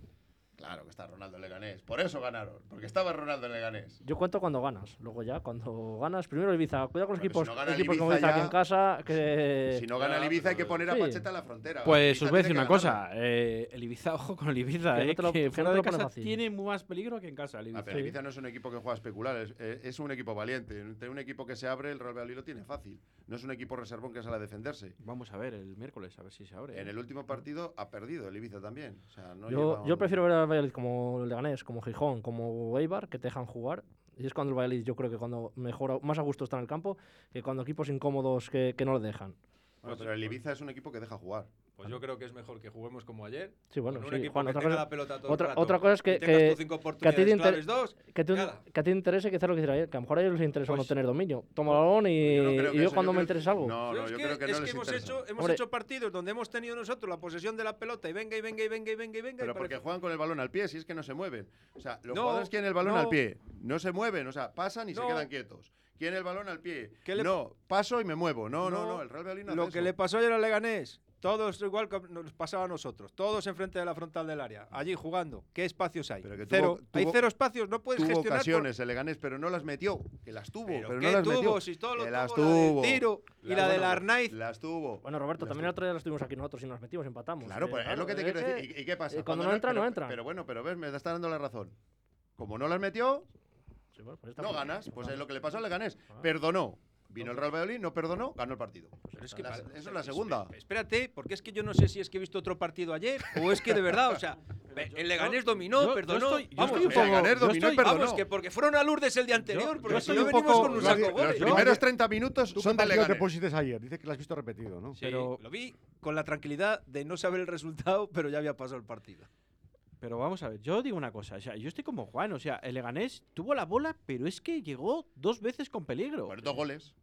Speaker 9: Claro que está Ronaldo en Leganés. Por eso ganaron. Porque estaba Ronaldo en Leganés.
Speaker 5: Yo cuento cuando ganas. Luego ya, cuando ganas. Primero el Ibiza. Cuidado con los
Speaker 9: Bueno,
Speaker 5: equipos,
Speaker 9: si no gana el
Speaker 5: equipos como
Speaker 9: Ibiza
Speaker 5: Ibiza aquí
Speaker 9: ya-
Speaker 5: en casa. Que...
Speaker 9: Si no gana el Ibiza hay que poner a
Speaker 5: sí.
Speaker 9: Pacheta en la frontera.
Speaker 3: Pues
Speaker 9: Ibiza
Speaker 3: os voy a decir
Speaker 9: tiene
Speaker 3: una
Speaker 9: que ganarlo.
Speaker 3: cosa. eh, el Ibiza, ojo con el Ibiza,
Speaker 5: Que no
Speaker 3: eh,
Speaker 5: te lo- que
Speaker 3: que
Speaker 5: no
Speaker 3: fuera
Speaker 5: te
Speaker 3: de
Speaker 5: lo pone
Speaker 3: casa
Speaker 5: fácil.
Speaker 3: tiene más peligro que en casa el
Speaker 9: Ah,
Speaker 3: Ibiza.
Speaker 9: pero el Ibiza no es un equipo que juega a especular, es, eh, es un equipo valiente. Un un equipo que se abre, el Real Valladolid lo tiene fácil. No es un equipo reservón que sale a defenderse.
Speaker 3: Vamos a ver el miércoles, a ver si se abre.
Speaker 9: En el último partido ha perdido el Ibiza también. O sea, no
Speaker 5: yo,
Speaker 9: lleva
Speaker 5: yo
Speaker 9: un-
Speaker 5: prefiero ver al Valladolid como el Leganés, como Gijón, como Eibar, que te dejan jugar. Y es cuando el Valladolid, yo creo que cuando mejor, más a gusto está en el campo, que cuando equipos incómodos que, que no le dejan.
Speaker 9: Bueno, pero el Ibiza es un equipo que deja jugar.
Speaker 8: Pues yo creo que es mejor que juguemos como ayer.
Speaker 5: Sí, bueno,
Speaker 8: con un
Speaker 5: sí,
Speaker 8: equipo
Speaker 5: Juan,
Speaker 8: que
Speaker 5: otra
Speaker 8: tenga
Speaker 5: cosa-
Speaker 8: la pelota todo el
Speaker 5: otra-
Speaker 8: rato.
Speaker 5: otra cosa es
Speaker 8: Y
Speaker 5: que-
Speaker 8: tengas
Speaker 5: que-
Speaker 8: tus cinco
Speaker 5: que a ti te
Speaker 8: oportunidades
Speaker 5: inter-
Speaker 8: claves, dos.
Speaker 5: Que te,
Speaker 8: Nada. Pues
Speaker 5: que te interese quizá lo que hiciera ayer, que a lo mejor a ellos les interesa no tener dominio. Toma el balón y
Speaker 9: no
Speaker 5: y
Speaker 9: creo
Speaker 5: yo,
Speaker 9: que eso, yo
Speaker 5: cuando me
Speaker 9: creo-
Speaker 5: interesa algo.
Speaker 9: No,
Speaker 8: Pero
Speaker 9: no,
Speaker 8: es
Speaker 9: yo
Speaker 8: que,
Speaker 9: creo que
Speaker 8: es
Speaker 9: no
Speaker 8: que
Speaker 9: les
Speaker 8: hemos,
Speaker 9: interesa.
Speaker 8: hecho, hemos
Speaker 5: Hombre.
Speaker 8: hecho partidos donde hemos tenido nosotros la posesión de la pelota y venga y venga y venga y venga y venga. y
Speaker 9: Pero
Speaker 8: parece-
Speaker 9: porque juegan con el balón al pie, si es que no se mueven. O sea, los
Speaker 8: No,
Speaker 9: jugadores quieren el balón
Speaker 8: no.
Speaker 9: al pie, no se mueven, o sea, pasan y se
Speaker 8: No.
Speaker 9: quedan quietos. Quieren el balón al pie,
Speaker 8: ¿Qué le-
Speaker 9: no, paso y me muevo. No,
Speaker 8: No,
Speaker 9: no, no, el Real Valladolid no
Speaker 8: Lo
Speaker 9: hace
Speaker 8: que
Speaker 9: eso.
Speaker 8: le pasó ayer al Leganés, todos igual que nos pasaba a nosotros, todos enfrente de la frontal del área, allí jugando. ¿Qué espacios hay?
Speaker 9: Pero que
Speaker 8: cero.
Speaker 9: tuvo-
Speaker 8: hay
Speaker 9: tuvo-
Speaker 8: cero espacios, no puedes
Speaker 9: Tuvo
Speaker 8: gestionar. por-
Speaker 9: ocasiones el Leganés, pero no las metió, que las tuvo,
Speaker 8: Pero
Speaker 9: pero,
Speaker 8: ¿qué
Speaker 9: no las
Speaker 8: tuvo?
Speaker 9: metió.
Speaker 8: Si todo lo
Speaker 9: que
Speaker 8: tuvo,
Speaker 9: las
Speaker 8: la del
Speaker 9: tuvo.
Speaker 8: tiro y la del Arnaiz.
Speaker 9: Las tuvo.
Speaker 5: Bueno, Roberto,
Speaker 9: Las
Speaker 5: también el otro día lo estuvimos aquí nosotros y nos metimos, empatamos.
Speaker 9: Claro,
Speaker 5: Eh,
Speaker 9: pues es lo que te
Speaker 5: es
Speaker 9: quiero decir. ¿Y, y qué pasa?
Speaker 5: eh, cuando no entra,
Speaker 9: pero-
Speaker 5: no entra.
Speaker 9: Pero bueno, pero ves, me está dando la razón. Como no las metió,
Speaker 5: Sí, bueno, pues ya está.
Speaker 9: no ganas. Pues es lo que le pasó al Leganés.
Speaker 8: Ah.
Speaker 9: Perdonó. Vino el Real Valladolid, no perdonó, ganó el partido.
Speaker 8: Pero es que
Speaker 9: La-
Speaker 8: pasa-
Speaker 9: eso es la segunda.
Speaker 8: Espérate, porque es que yo no sé si es que he visto otro partido ayer o es que de verdad, o sea, el Leganés dominó,
Speaker 3: yo- yo
Speaker 8: perdonó.
Speaker 3: estoy- yo
Speaker 8: vamos,
Speaker 3: estoy un
Speaker 9: el Leganés
Speaker 3: poco- yo
Speaker 9: dominó y
Speaker 3: estoy-
Speaker 9: perdonó.
Speaker 8: vamos, que porque fueron a Lourdes el día anterior, porque si
Speaker 3: estoy
Speaker 8: no
Speaker 3: un
Speaker 8: venimos
Speaker 3: poco-
Speaker 8: con un
Speaker 3: lo
Speaker 8: saco
Speaker 3: digo-
Speaker 8: de
Speaker 9: Los
Speaker 8: goles.
Speaker 3: yo-
Speaker 9: primeros 30 minutos
Speaker 6: ¿Tú
Speaker 9: son
Speaker 6: qué
Speaker 9: de
Speaker 6: partido te
Speaker 9: Leganés.
Speaker 6: pusiste ayer? Dices que lo has visto repetido, ¿no?
Speaker 8: Sí,
Speaker 3: pero-
Speaker 8: lo vi con la tranquilidad de no saber el resultado, pero ya había pasado el partido.
Speaker 3: Pero vamos a ver, yo digo una cosa, o sea, yo estoy como Juan, o sea, el Leganés tuvo la bola, pero es que llegó dos veces con peligro.
Speaker 9: Bueno, Pues dos goles.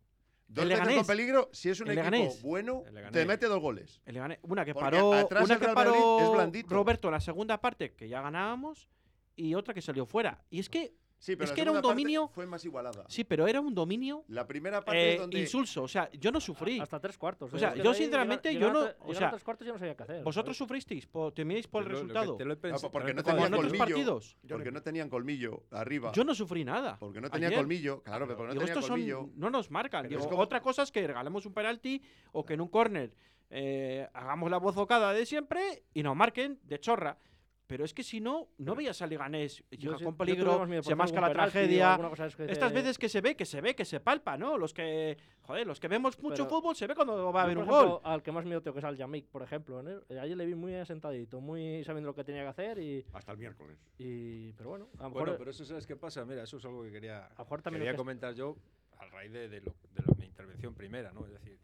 Speaker 9: Dos
Speaker 3: El
Speaker 9: veces
Speaker 3: Leganés.
Speaker 9: con peligro. Si es un
Speaker 3: El
Speaker 9: equipo
Speaker 3: Leganés.
Speaker 9: bueno,
Speaker 8: El Leganés.
Speaker 9: te mete dos goles.
Speaker 3: El Leganés- una que
Speaker 9: Porque
Speaker 3: paró,
Speaker 9: atrás
Speaker 3: una
Speaker 9: el
Speaker 3: que
Speaker 9: Real Madrid
Speaker 3: paró
Speaker 9: es blandito.
Speaker 3: Roberto en la segunda parte, que ya ganábamos, y otra que salió fuera. Y es que,
Speaker 9: Sí, pero
Speaker 3: Es
Speaker 9: la
Speaker 3: que era un
Speaker 9: segunda parte
Speaker 3: dominio-
Speaker 9: Fue más igualada.
Speaker 3: sí, pero era un dominio
Speaker 9: La primera parte
Speaker 3: eh,
Speaker 9: es donde.
Speaker 3: insulso, o sea, yo no sufrí.
Speaker 5: Hasta tres cuartos.
Speaker 3: O sea,
Speaker 5: Es que
Speaker 3: ¿eh? yo
Speaker 5: ahí
Speaker 3: sinceramente,
Speaker 5: llega-
Speaker 3: yo
Speaker 5: llegaron
Speaker 3: no-
Speaker 5: a tre-
Speaker 3: o
Speaker 5: llegaron
Speaker 3: sea,
Speaker 5: a tres cuartos y yo no sabía qué hacer.
Speaker 9: pues
Speaker 3: Vosotros sufristeis, po- teméis por el
Speaker 8: Lo- lo que
Speaker 3: resultado.
Speaker 8: te lo he Ah,
Speaker 9: No,
Speaker 8: pensado,
Speaker 9: Ah, pues porque
Speaker 8: también
Speaker 9: no
Speaker 8: te
Speaker 9: tenía
Speaker 3: en otros
Speaker 9: colmillo.
Speaker 3: partidos.
Speaker 9: Porque no tenían colmillo arriba.
Speaker 3: Yo no sufrí nada.
Speaker 9: Porque no tenía
Speaker 3: Ayer.
Speaker 9: colmillo. Claro, pero no
Speaker 3: Digo,
Speaker 9: tenía
Speaker 3: estos son-
Speaker 9: colmillo.
Speaker 3: no nos marcan.
Speaker 9: Pero es
Speaker 3: Digo,
Speaker 9: como-
Speaker 3: Otra cosa es que regalemos un penalti o que en un córner eh, hagamos la bozocada de siempre y nos marquen de chorra. Pero es que si no, no veías al Leganés. Llega
Speaker 5: sí-
Speaker 3: con
Speaker 5: tuve
Speaker 3: peligro,
Speaker 5: más miedo por
Speaker 3: se
Speaker 5: hacer
Speaker 3: masca
Speaker 5: algún
Speaker 3: la
Speaker 5: penalti o
Speaker 3: tragedia.
Speaker 5: alguna cosa de esas que
Speaker 3: Estas
Speaker 5: dices-
Speaker 3: veces que se ve, que se ve, que se palpa, ¿no? Los que, joder, los que vemos
Speaker 5: Pero-
Speaker 3: mucho fútbol se ve cuando va a
Speaker 5: Yo,
Speaker 3: haber
Speaker 5: por
Speaker 3: un
Speaker 5: ejemplo,
Speaker 3: gol.
Speaker 5: Al que más miedo tengo que es al Yamik, por ejemplo. ¿no? Eh, Ayer le vi muy asentadito, muy sabiendo lo que tenía que hacer y.
Speaker 6: Hasta el miércoles.
Speaker 5: y- pero bueno, a lo mejor.
Speaker 8: Bueno, pero eso sabes qué pasa. Mira, eso es algo que quería,
Speaker 5: A lo mejor también lo
Speaker 8: quería
Speaker 5: que es-
Speaker 8: comentar yo a raíz de, de lo- de lo- mi intervención primera, ¿no? Es decir,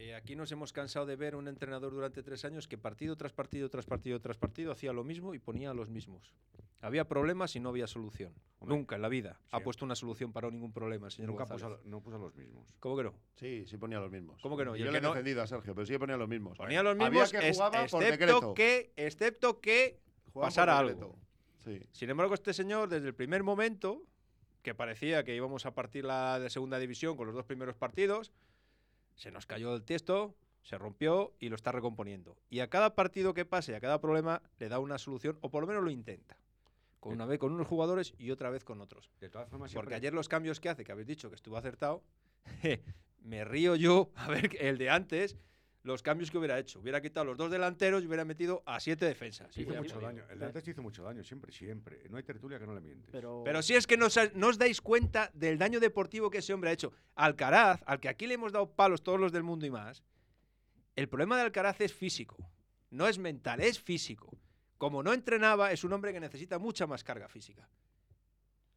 Speaker 8: eh, aquí nos hemos cansado de ver un entrenador durante tres años que partido tras partido, tras partido, tras partido, hacía lo mismo y ponía a los mismos. Había problemas y no había solución.
Speaker 6: Hombre,
Speaker 8: Nunca en la vida ha
Speaker 6: sí.
Speaker 8: puesto una solución para ningún problema, señor
Speaker 6: Nunca
Speaker 8: González.
Speaker 6: puso a- no puso a los mismos.
Speaker 8: ¿Cómo que no?
Speaker 9: Sí, sí ponía los mismos.
Speaker 8: ¿Cómo que no? Y
Speaker 9: Yo
Speaker 8: el
Speaker 9: le he
Speaker 8: que no-
Speaker 9: defendido a Sergio, pero sí ponía los mismos.
Speaker 8: Ponía los
Speaker 9: Había
Speaker 8: mismos,
Speaker 9: que
Speaker 8: es-
Speaker 9: jugaba por
Speaker 8: excepto
Speaker 9: decreto.
Speaker 8: que, excepto que
Speaker 9: Jugaba por
Speaker 8: pasara
Speaker 9: decreto.
Speaker 8: algo.
Speaker 9: Sí.
Speaker 8: Sin embargo, este señor, desde el primer momento, que parecía que íbamos a partir la de segunda división con los dos primeros partidos, se nos cayó el texto, se rompió y lo está recomponiendo. Y a cada partido que pase, a cada problema, le da una solución, o por lo menos lo intenta. Con una vez con unos jugadores y otra vez con otros.
Speaker 6: De todas formas,
Speaker 8: Porque
Speaker 6: siempre-
Speaker 8: ayer los cambios que hace, que habéis dicho que estuvo acertado, me río yo a ver el de antes, los cambios que hubiera hecho. Hubiera quitado los dos delanteros y hubiera metido a siete defensas.
Speaker 6: hizo
Speaker 5: Pero-
Speaker 6: mucho daño. El de
Speaker 5: pero-
Speaker 6: antes hizo mucho daño, siempre, siempre. No hay tertulia que no le mientes.
Speaker 5: pero-
Speaker 8: Pero si es que nos, ha- no os dais cuenta del daño deportivo que ese hombre ha hecho. Alcaraz, al que aquí le hemos dado palos todos los del mundo y más, el problema de Alcaraz es físico. No es mental, es físico. Como no entrenaba, es un hombre que necesita mucha más carga física.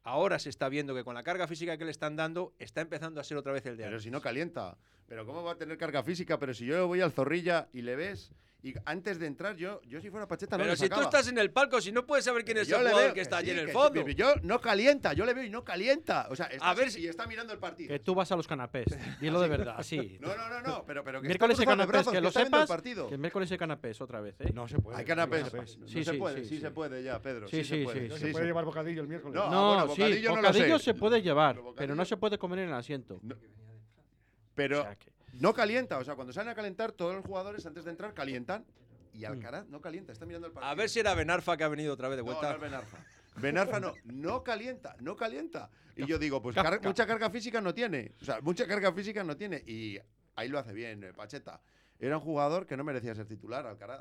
Speaker 8: Ahora se está viendo que con la carga física que le están dando, está empezando a ser otra vez el de
Speaker 9: Pero si no calienta. Pero ¿cómo va a tener carga física? Pero si yo voy al zorrilla y le ves. Y antes de entrar, yo, yo si fuera Pacheta no
Speaker 8: Pero
Speaker 9: le
Speaker 8: si tú
Speaker 9: sacaba.
Speaker 8: estás en el palco, si no puedes saber quién es
Speaker 9: Yo
Speaker 8: el
Speaker 9: le
Speaker 8: jugador
Speaker 9: veo
Speaker 8: que está
Speaker 9: sí,
Speaker 8: allí en el
Speaker 9: que-
Speaker 8: fondo.
Speaker 9: Yo no calienta, yo le veo y no calienta. O sea, está
Speaker 8: A ver
Speaker 9: así y está mirando el partido.
Speaker 3: Que tú vas a los canapés. Dilo de verdad, sí.
Speaker 9: Ah, No, no, no, no, pero, pero que
Speaker 3: miércoles
Speaker 9: está
Speaker 3: de
Speaker 9: cruzando
Speaker 3: canapés,
Speaker 9: brazos,
Speaker 3: que lo
Speaker 9: está viendo el
Speaker 3: sepas.
Speaker 9: partido.
Speaker 3: Que miércoles de canapés otra vez, ¿eh?
Speaker 6: No se puede.
Speaker 9: Hay canapés. No se puede, sí se puede ya, Pedro,
Speaker 3: Sí,
Speaker 9: sí se
Speaker 3: sí,
Speaker 9: puede.
Speaker 3: sí,
Speaker 9: No
Speaker 3: sí,
Speaker 9: se
Speaker 3: sí.
Speaker 9: puede
Speaker 11: llevar bocadillo el miércoles.
Speaker 9: No,
Speaker 3: No,
Speaker 9: ah, bueno,
Speaker 3: sí,
Speaker 9: bocadillo
Speaker 3: bocadillo,
Speaker 9: no lo sé.
Speaker 3: se puede llevar, pero
Speaker 9: bocadillo-
Speaker 3: no se puede comer en el asiento.
Speaker 9: Pero no calienta, o sea, cuando salen a calentar, todos los jugadores antes de entrar calientan. Y
Speaker 8: Mm.
Speaker 9: Alcaraz no calienta, está mirando el partido.
Speaker 8: A ver si era Benarfa que ha venido otra vez de
Speaker 9: No,
Speaker 8: vuelta.
Speaker 9: no es Benarfa. Benarfa no, no calienta, no calienta. Y yo digo, pues car- mucha carga física no tiene. O sea, mucha carga física no tiene. Y ahí lo hace bien, eh, Pacheta. Era un jugador que no merecía ser titular, Alcaraz.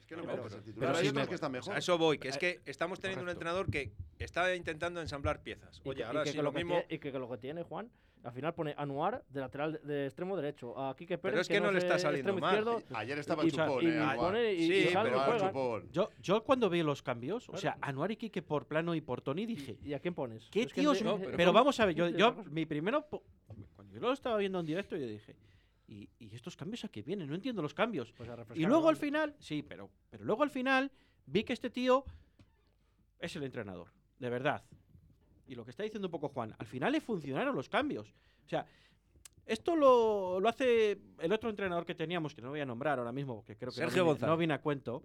Speaker 9: Es que no merece ser titular. Hay otros que están mejor. Eh,
Speaker 8: A eso voy, que
Speaker 3: Eh,
Speaker 8: es que estamos teniendo un entrenador que está intentando ensamblar piezas.
Speaker 5: Y
Speaker 8: Oye,
Speaker 5: que- y
Speaker 8: ahora
Speaker 5: que
Speaker 8: sí
Speaker 5: con
Speaker 8: lo
Speaker 5: que
Speaker 8: mismo.
Speaker 5: tiene- y que con lo que tiene, Juan, al final pone Anuar de lateral de extremo derecho. A Quique Pérez.
Speaker 8: es que no le
Speaker 5: es,
Speaker 8: está
Speaker 5: eh,
Speaker 8: saliendo
Speaker 5: extremo
Speaker 8: mal.
Speaker 5: izquierdo,
Speaker 9: Ayer estaba
Speaker 5: y-
Speaker 9: Chupón,
Speaker 5: y-
Speaker 9: eh,
Speaker 5: y
Speaker 9: Anuar.
Speaker 5: pone y- y
Speaker 9: Sí,
Speaker 5: sale,
Speaker 9: pero
Speaker 5: juega.
Speaker 9: Chupón.
Speaker 3: Yo, yo cuando vi los cambios, o sea, Anuar y Quique por plano y por Tony dije.
Speaker 5: ¿Y a quién pones?
Speaker 3: ¿Qué
Speaker 5: Es que
Speaker 3: tíos?
Speaker 5: no-
Speaker 3: pero,
Speaker 5: pero-
Speaker 3: vamos a ver, yo,
Speaker 5: sí,
Speaker 3: yo
Speaker 5: otra cosa.
Speaker 3: mi primero. po- Cuando yo lo estaba viendo en directo, yo dije. ¿Y, y estos cambios a qué vienen? No entiendo los cambios.
Speaker 5: Pues a refrescar
Speaker 3: Y
Speaker 5: el
Speaker 3: luego al
Speaker 5: golpe.
Speaker 3: final, sí, pero, pero luego al final vi que este tío es el entrenador, de verdad. Y lo que está diciendo un poco Juan, al final le funcionaron los cambios. O sea, esto lo, lo hace el otro entrenador que teníamos, que no voy a nombrar ahora mismo, porque creo que no
Speaker 8: Sergio
Speaker 3: viene-
Speaker 8: González.
Speaker 3: no viene a cuento.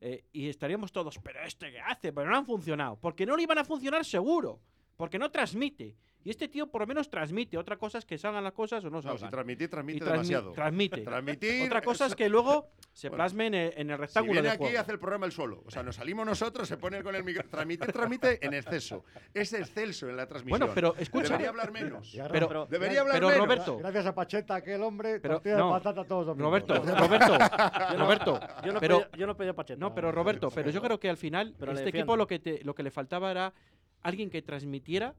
Speaker 3: Eh, y estaríamos todos, pero este que hace, pero no han funcionado. Porque no le iban a funcionar seguro. Porque no transmite. Y este tío por lo menos transmite. Otra cosa es que salgan las cosas o no
Speaker 9: No,
Speaker 3: salgan.
Speaker 9: si transmitís, transmite
Speaker 3: Y transmi-
Speaker 9: demasiado.
Speaker 3: Transmite.
Speaker 9: Transmitir
Speaker 3: Otra cosa es que luego se plasme en el, en el
Speaker 9: Si
Speaker 3: rectángulo
Speaker 9: viene
Speaker 3: de
Speaker 9: aquí
Speaker 3: juego.
Speaker 9: hace el programa el solo. O sea, nos salimos nosotros, se pone con el micro. Transmite, transmite en exceso. Es excelso en la transmisión.
Speaker 3: Bueno, pero escucha.
Speaker 9: Debería hablar menos.
Speaker 11: Ya,
Speaker 3: Pero-
Speaker 11: Rafa,
Speaker 9: debería
Speaker 11: gra-
Speaker 9: hablar
Speaker 3: pero
Speaker 9: menos.
Speaker 3: Roberto-
Speaker 11: Gracias a Pacheta, aquel hombre,
Speaker 3: Pero,
Speaker 11: partido
Speaker 3: no.
Speaker 11: de patata todos los domingos.
Speaker 3: Roberto, Roberto,
Speaker 5: Yo no-
Speaker 3: Roberto.
Speaker 5: yo no
Speaker 3: pero,
Speaker 5: pedí- yo no pedí a Pacheta.
Speaker 3: No, pero Roberto, pero yo creo que al final
Speaker 5: Pero le
Speaker 3: este
Speaker 5: defiendo.
Speaker 3: equipo lo que, te- lo que le faltaba era alguien que transmitiera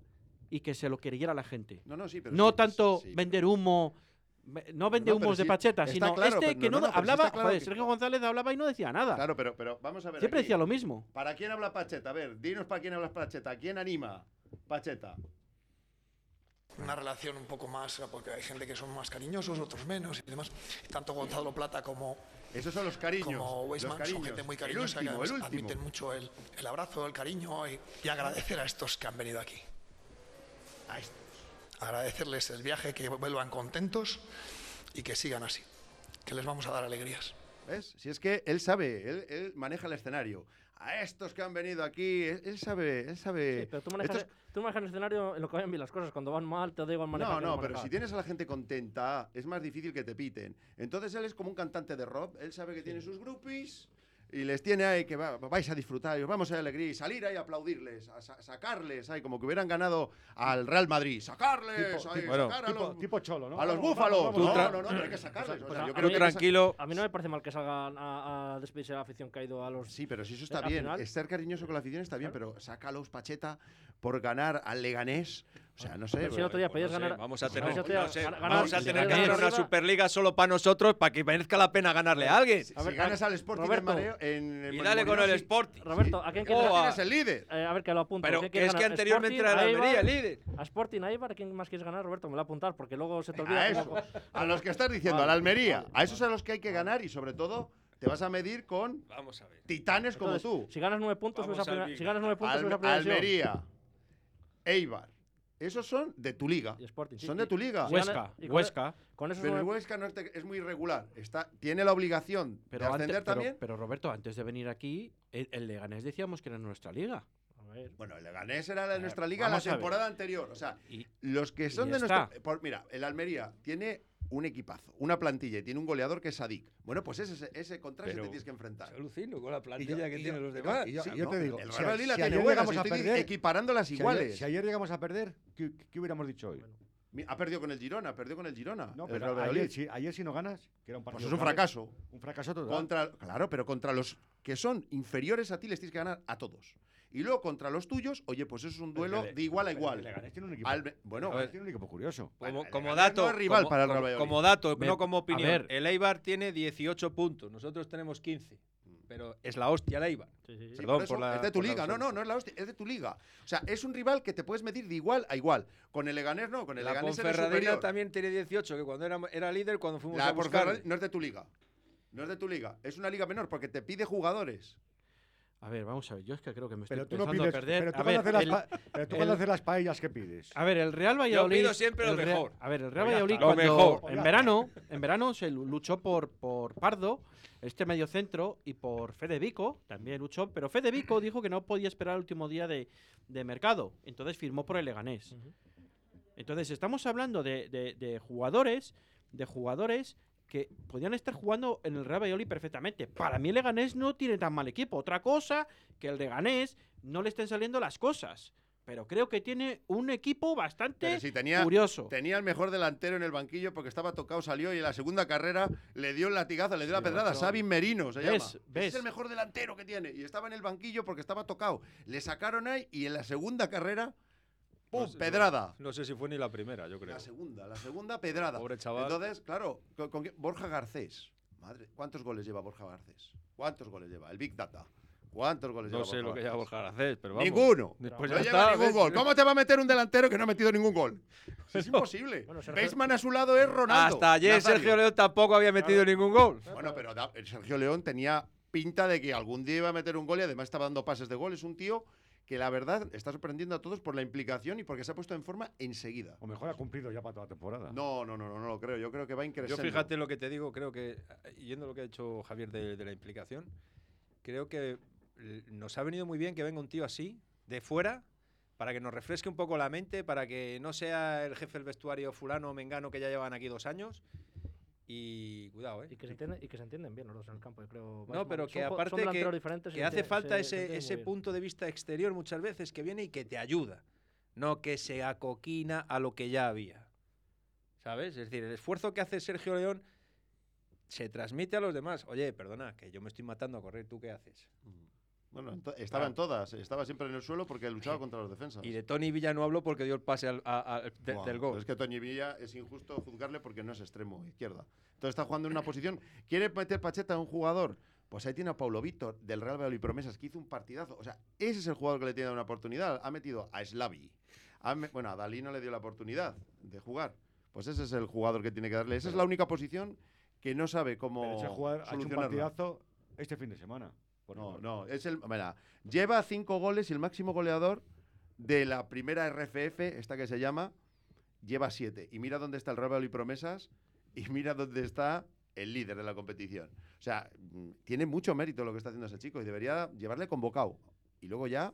Speaker 3: y que se lo creyera la gente.
Speaker 9: No, no, sí, pero
Speaker 3: No
Speaker 9: sí,
Speaker 3: tanto
Speaker 9: sí.
Speaker 3: vender humo. ve- No vende
Speaker 9: No, pero
Speaker 3: humos de
Speaker 9: sí,
Speaker 3: pacheta,
Speaker 9: está
Speaker 3: sino
Speaker 9: claro,
Speaker 3: este
Speaker 9: pero
Speaker 3: que
Speaker 9: no,
Speaker 3: no,
Speaker 9: no, pero sí
Speaker 3: hablaba.
Speaker 9: está claro
Speaker 3: joder,
Speaker 9: que-
Speaker 3: Sergio González hablaba y no decía nada.
Speaker 9: Claro, pero, pero vamos a ver.
Speaker 3: Siempre
Speaker 9: aquí.
Speaker 3: decía lo mismo.
Speaker 9: ¿Para quién habla Pacheta? A ver, dinos para quién hablas Pacheta. ¿Quién anima? Pacheta.
Speaker 10: una relación un poco más, porque hay gente que son más cariñosos, otros menos y demás. Tanto Gonzalo Plata como
Speaker 9: Esos son los cariños.
Speaker 10: como
Speaker 9: los
Speaker 10: Weisman son
Speaker 9: cariños.
Speaker 10: gente muy
Speaker 9: El
Speaker 10: cariñosa
Speaker 9: último,
Speaker 10: que además
Speaker 9: el último.
Speaker 10: admiten mucho el, el abrazo, el cariño y, y agradecer a estos que han venido aquí.
Speaker 9: A estos.
Speaker 10: Agradecerles el viaje, que vuelvan contentos y que sigan así. Que les vamos a dar alegrías.
Speaker 9: ¿Ves? Si es que él sabe, él, él maneja el escenario. A estos que han venido aquí, él, él sabe, él sabe.
Speaker 5: Pero tú manejas,
Speaker 9: Estos-
Speaker 5: tú manejas el escenario en lo que vayan bien las cosas. Cuando van mal, te da igual manejar.
Speaker 9: No,
Speaker 5: que
Speaker 9: no, pero
Speaker 5: manejar.
Speaker 9: si tienes a la gente contenta, es más difícil que te piten. Entonces él es como un cantante de rock, él sabe que tiene sus groupies y les tiene ahí que va- vais a disfrutar, y os vamos a alegría, y salir ahí a aplaudirles, a sa- sacarles, ahí como que hubieran ganado al Real Madrid, sacarles,
Speaker 11: Tipo-
Speaker 9: ahí,
Speaker 11: bueno,
Speaker 9: sacar a
Speaker 11: tipo-
Speaker 9: los,
Speaker 11: tipo cholo, ¿no?
Speaker 9: a los
Speaker 11: Vamos,
Speaker 9: búfalos.
Speaker 11: vamos,
Speaker 9: no,
Speaker 11: vamos. Pues,
Speaker 9: no, no, pero hay que sacarles. o sea, yo
Speaker 5: Pues a mí-
Speaker 9: creo que hay que sa-
Speaker 5: A mí no me parece mal que salgan a, a despedirse de la afición que ha ido a los. eh,
Speaker 9: Sí, pero si eso está
Speaker 5: al
Speaker 9: bien,
Speaker 5: final-
Speaker 9: es ser cariñoso con la afición está bien, pero sácalos Pacheta por ganar al Leganés, o sea, no sé.
Speaker 5: Pero si el otro día podías ganar-
Speaker 8: Vamos a
Speaker 5: si el
Speaker 8: tener,
Speaker 5: otro día
Speaker 8: no sé,
Speaker 5: gan- ganar-
Speaker 8: vamos a
Speaker 5: si
Speaker 8: tener que
Speaker 5: ganas
Speaker 8: hacer una
Speaker 5: arriba-
Speaker 8: Superliga solo para nosotros, para que merezca la pena ganarle a alguien.
Speaker 9: si ganas al Sporting en
Speaker 5: Roberto,
Speaker 9: Mareo- en, en
Speaker 8: Y dale con el
Speaker 9: Molinón, sí.
Speaker 8: Sporting.
Speaker 5: Roberto, ¿a quién
Speaker 9: Tú
Speaker 5: quieres ganar?
Speaker 9: tienes el líder.
Speaker 5: Eh, a ver, que lo apunto.
Speaker 8: Pero
Speaker 5: ¿Quién
Speaker 8: que
Speaker 5: quieres
Speaker 8: es que
Speaker 5: ganar?
Speaker 8: anteriormente era el
Speaker 5: Sporting, a
Speaker 8: Almería,
Speaker 5: Eibar,
Speaker 8: líder.
Speaker 5: A Sporting, a Eibar, ¿a quién más quieres ganar, Roberto? Me lo voy a apuntar porque luego se te olvida.
Speaker 9: A
Speaker 5: cómo-
Speaker 9: esos, a los que estás diciendo, a la Almería, a esos a los que hay que ganar y sobre todo te vas a medir con
Speaker 8: Vamos a ver.
Speaker 9: titanes como
Speaker 5: Entonces,
Speaker 9: tú.
Speaker 5: Si ganas nueve puntos,
Speaker 8: Vamos
Speaker 5: subes a
Speaker 8: al
Speaker 5: primera-
Speaker 8: Vigo.
Speaker 5: si ganas nueve puntos, subes a
Speaker 9: Alme-
Speaker 5: primera división.
Speaker 9: Almería, Eibar, esos son de tu liga.
Speaker 5: Y Sporting, sí,
Speaker 9: Son
Speaker 5: y-
Speaker 9: de tu liga.
Speaker 5: y ganas- y con- e-,
Speaker 3: Huesca.
Speaker 5: Con esos
Speaker 9: Pero el
Speaker 5: nueve-
Speaker 9: Huesca no es, te- es muy irregular. Está, tiene la obligación
Speaker 3: Pero,
Speaker 9: de
Speaker 3: ante-
Speaker 9: ascender
Speaker 3: pero-
Speaker 9: también.
Speaker 3: pero Roberto, antes de venir aquí, el, el Leganés decíamos que era nuestra liga.
Speaker 5: A ver.
Speaker 9: Bueno, el Leganés era la de nuestra
Speaker 3: ver,
Speaker 9: liga la
Speaker 3: vamos a ver.
Speaker 9: temporada anterior. O sea,
Speaker 3: Y-
Speaker 9: los que son
Speaker 3: ya
Speaker 9: de nuestra.
Speaker 3: está.
Speaker 9: por- mira, el Almería tiene un equipazo, una plantilla y tiene un goleador que es Sadik. Bueno, pues ese, ese contra ese
Speaker 11: Pero-
Speaker 9: te tienes que enfrentar.
Speaker 8: Alucino con la
Speaker 9: Y yo-
Speaker 8: plantilla que
Speaker 11: y
Speaker 8: tienen
Speaker 11: yo-
Speaker 8: los
Speaker 11: y yo-
Speaker 8: demás.
Speaker 11: y yo-
Speaker 9: Sí,
Speaker 11: yo
Speaker 9: no,
Speaker 11: te digo,
Speaker 9: el
Speaker 11: si
Speaker 9: Real
Speaker 11: a-
Speaker 9: Madrid la
Speaker 11: si
Speaker 9: tiene
Speaker 11: ayer
Speaker 9: buena,
Speaker 11: llegamos
Speaker 9: si
Speaker 11: a
Speaker 9: estoy
Speaker 11: perder-
Speaker 9: equiparando las
Speaker 11: si ayer-
Speaker 9: iguales.
Speaker 11: si ayer llegamos a perder, ¿qué, qué hubiéramos dicho hoy?
Speaker 9: Mi- Ha perdido con el Girona, perdió con el Girona.
Speaker 11: No,
Speaker 9: el
Speaker 11: pero
Speaker 9: Real
Speaker 11: ayer,
Speaker 9: Valladolid.
Speaker 11: si, ayer si no ganas, que era un partido.
Speaker 9: Pues es un
Speaker 11: clave,
Speaker 9: fracaso.
Speaker 11: Un fracaso total.
Speaker 9: Contra, claro, pero contra los que son inferiores a ti les tienes que ganar a todos. Y luego contra los tuyos, oye, pues eso es un duelo
Speaker 11: Pero le-
Speaker 9: de igual a
Speaker 11: pero
Speaker 9: igual.
Speaker 11: el Leganés tiene un equipo.
Speaker 9: Alme- bueno,
Speaker 11: A ver, tiene un equipo curioso.
Speaker 8: Como,
Speaker 9: el
Speaker 8: como
Speaker 9: Leganés
Speaker 8: dato,
Speaker 9: no es rival
Speaker 8: como,
Speaker 9: para el
Speaker 8: como-
Speaker 9: Real Valladolid.
Speaker 8: como Eh, dato,
Speaker 3: Me-
Speaker 8: no como
Speaker 3: a
Speaker 8: opinión.
Speaker 3: ver.
Speaker 8: El Eibar tiene 18 puntos, nosotros tenemos 15. Pero es la hostia la IVA.
Speaker 9: Mm. Sí, por eso, es de tu liga, no, no, no es la hostia, es de tu liga. O sea, es un rival que te puedes medir de igual a igual. Con el Leganés no, con el
Speaker 8: La
Speaker 9: Leganés eres
Speaker 8: Ponferradina
Speaker 9: superior.
Speaker 8: también tiene 18, que cuando era, era líder, cuando fuimos
Speaker 9: La
Speaker 8: a buscar.
Speaker 9: Ponferradina no es de tu liga. No es de tu liga, es una liga menor porque te pide jugadores.
Speaker 3: A ver, vamos a ver. Yo es que creo que me estoy
Speaker 6: Pero tú no
Speaker 3: empezando
Speaker 6: pides.
Speaker 3: a perder.
Speaker 6: Pero tú,
Speaker 3: a
Speaker 6: cuando,
Speaker 3: ver,
Speaker 6: haces las
Speaker 3: el-
Speaker 6: pa- pero tú cuando
Speaker 3: el-
Speaker 6: haces las paellas, ¿qué pides?
Speaker 3: A ver, el Real Valladolid.
Speaker 6: pido siempre lo
Speaker 3: el Real-
Speaker 6: mejor.
Speaker 3: A ver, el
Speaker 6: Pues
Speaker 3: Real
Speaker 6: ya
Speaker 3: Valladolid.
Speaker 6: está. Lo
Speaker 3: cuando-
Speaker 6: mejor. Pues ya
Speaker 3: En
Speaker 6: está.
Speaker 3: verano, en verano se lu- luchó por, por Pardo, este medio centro, y por Fede Vico, también luchó. Pero Fede Vico dijo que no podía esperar el último día de, de mercado. Entonces firmó por el Leganés. Entonces, estamos hablando de, de- de jugadores, de jugadores que podían estar jugando en el Real Valladolid perfectamente. Para mí el Leganés no tiene tan mal equipo. Otra cosa que el Leganés no le estén saliendo las cosas. Pero creo que tiene un equipo bastante
Speaker 9: Pero si tenía,
Speaker 3: curioso.
Speaker 9: tenía el mejor delantero en el banquillo porque estaba tocado, salió y en la segunda carrera le dio el latigazo, le dio la pedrada.
Speaker 3: no.
Speaker 9: Sabin Merino se
Speaker 3: ¿Ves?
Speaker 9: llama.
Speaker 3: ¿Ves?
Speaker 9: Es el mejor delantero que tiene. Y estaba en el banquillo porque estaba tocado. Le sacaron ahí y en la segunda carrera, ¡pum! pedrada.
Speaker 8: No sé si fue ni la primera, yo creo.
Speaker 9: La segunda, la segunda pedrada.
Speaker 8: Pobre chaval.
Speaker 9: Entonces, claro, con, con qué- Borja Garcés. Madre, ¿cuántos goles lleva Borja Garcés? ¿Cuántos goles lleva? El Big Data. ¿Cuántos goles
Speaker 8: No
Speaker 9: lleva?
Speaker 8: sé
Speaker 9: Borja
Speaker 8: lo que
Speaker 9: Garcés?
Speaker 8: lleva Borja Garcés, pero vamos.
Speaker 9: Ninguno.
Speaker 8: Después
Speaker 9: no
Speaker 8: Pues ya
Speaker 9: lleva
Speaker 8: está,
Speaker 9: ningún
Speaker 8: ¿ves?
Speaker 9: gol. ¿Cómo te va a meter un delantero que no ha metido ningún gol? Es imposible. Beisman a su lado es Ronaldo.
Speaker 8: Hasta ayer
Speaker 9: Nazario.
Speaker 8: Sergio León tampoco había metido ningún gol.
Speaker 9: Bueno, pero da- el Sergio León tenía pinta de que algún día iba a meter un gol y además estaba dando pases de gol. Es un tío que la verdad está sorprendiendo a todos por la implicación y porque se ha puesto en forma enseguida.
Speaker 6: O mejor ha cumplido ya para toda la temporada.
Speaker 9: No, no, no, no, no lo creo. Yo creo que va
Speaker 8: Yo
Speaker 9: increciendo.
Speaker 8: fíjate lo que te digo, creo que, eh, yendo a lo que ha hecho Javier de, de la implicación, creo que l- nos ha venido muy bien que venga un tío así, de fuera, para que nos refresque un poco la mente, para que no sea el jefe del vestuario fulano o mengano que ya llevan aquí dos años. Y cuidado, ¿eh?
Speaker 5: Y que, se entienden, y que se entienden bien los dos en el campo, yo creo.
Speaker 8: No,
Speaker 5: Weisman-
Speaker 8: pero
Speaker 5: son
Speaker 8: que
Speaker 5: jo- son
Speaker 8: aparte
Speaker 5: delanteros
Speaker 8: que,
Speaker 5: diferentes,
Speaker 8: que
Speaker 5: se
Speaker 8: hace
Speaker 5: entienden- se-
Speaker 8: falta
Speaker 5: se
Speaker 8: ese,
Speaker 5: entienden muy
Speaker 8: ese
Speaker 5: bien.
Speaker 8: punto de vista exterior muchas veces que viene y que te ayuda, no que se acoquina a lo que ya había. ¿Sabes? Es decir, el esfuerzo que hace Sergio León se transmite a los demás. Oye, perdona, que yo me estoy matando a correr, ¿tú qué haces?
Speaker 9: Mm. Bueno, ento- estaba en
Speaker 8: Ah.
Speaker 9: todas. Estaba siempre en el suelo porque luchaba contra los defensas.
Speaker 8: Y de Tony Villa no hablo porque dio el pase al, a- a- de-
Speaker 9: Buah,
Speaker 8: del
Speaker 9: pero
Speaker 8: gol.
Speaker 9: Es que Toñi Villa es injusto juzgarle porque no es extremo izquierda. Entonces está jugando en una posición. ¿Quiere meter Pacheta a un jugador? Pues ahí tiene a Paulo Víctor del Real Valladolid Promesas que hizo un partidazo. O sea, ese es el jugador que le tiene una oportunidad. Ha metido a Slavi. Ha me- bueno, a Dalí no le dio la oportunidad de jugar. Pues ese es el jugador que tiene que darle. Esa es la única posición que no sabe
Speaker 6: Pero
Speaker 9: cómo
Speaker 6: ese jugador ha hecho un
Speaker 9: solucionarla.
Speaker 6: partidazo este fin de semana. por
Speaker 9: No,
Speaker 6: ejemplo.
Speaker 9: no, es el. mira, lleva cinco goles y el máximo goleador de la primera RFF, esta que se llama, lleva siete. Y mira dónde está el Real Valladolid Promesas y mira dónde está el líder de la competición. O sea, mm, tiene mucho mérito lo que está haciendo ese chico y debería llevarle convocado. Y luego ya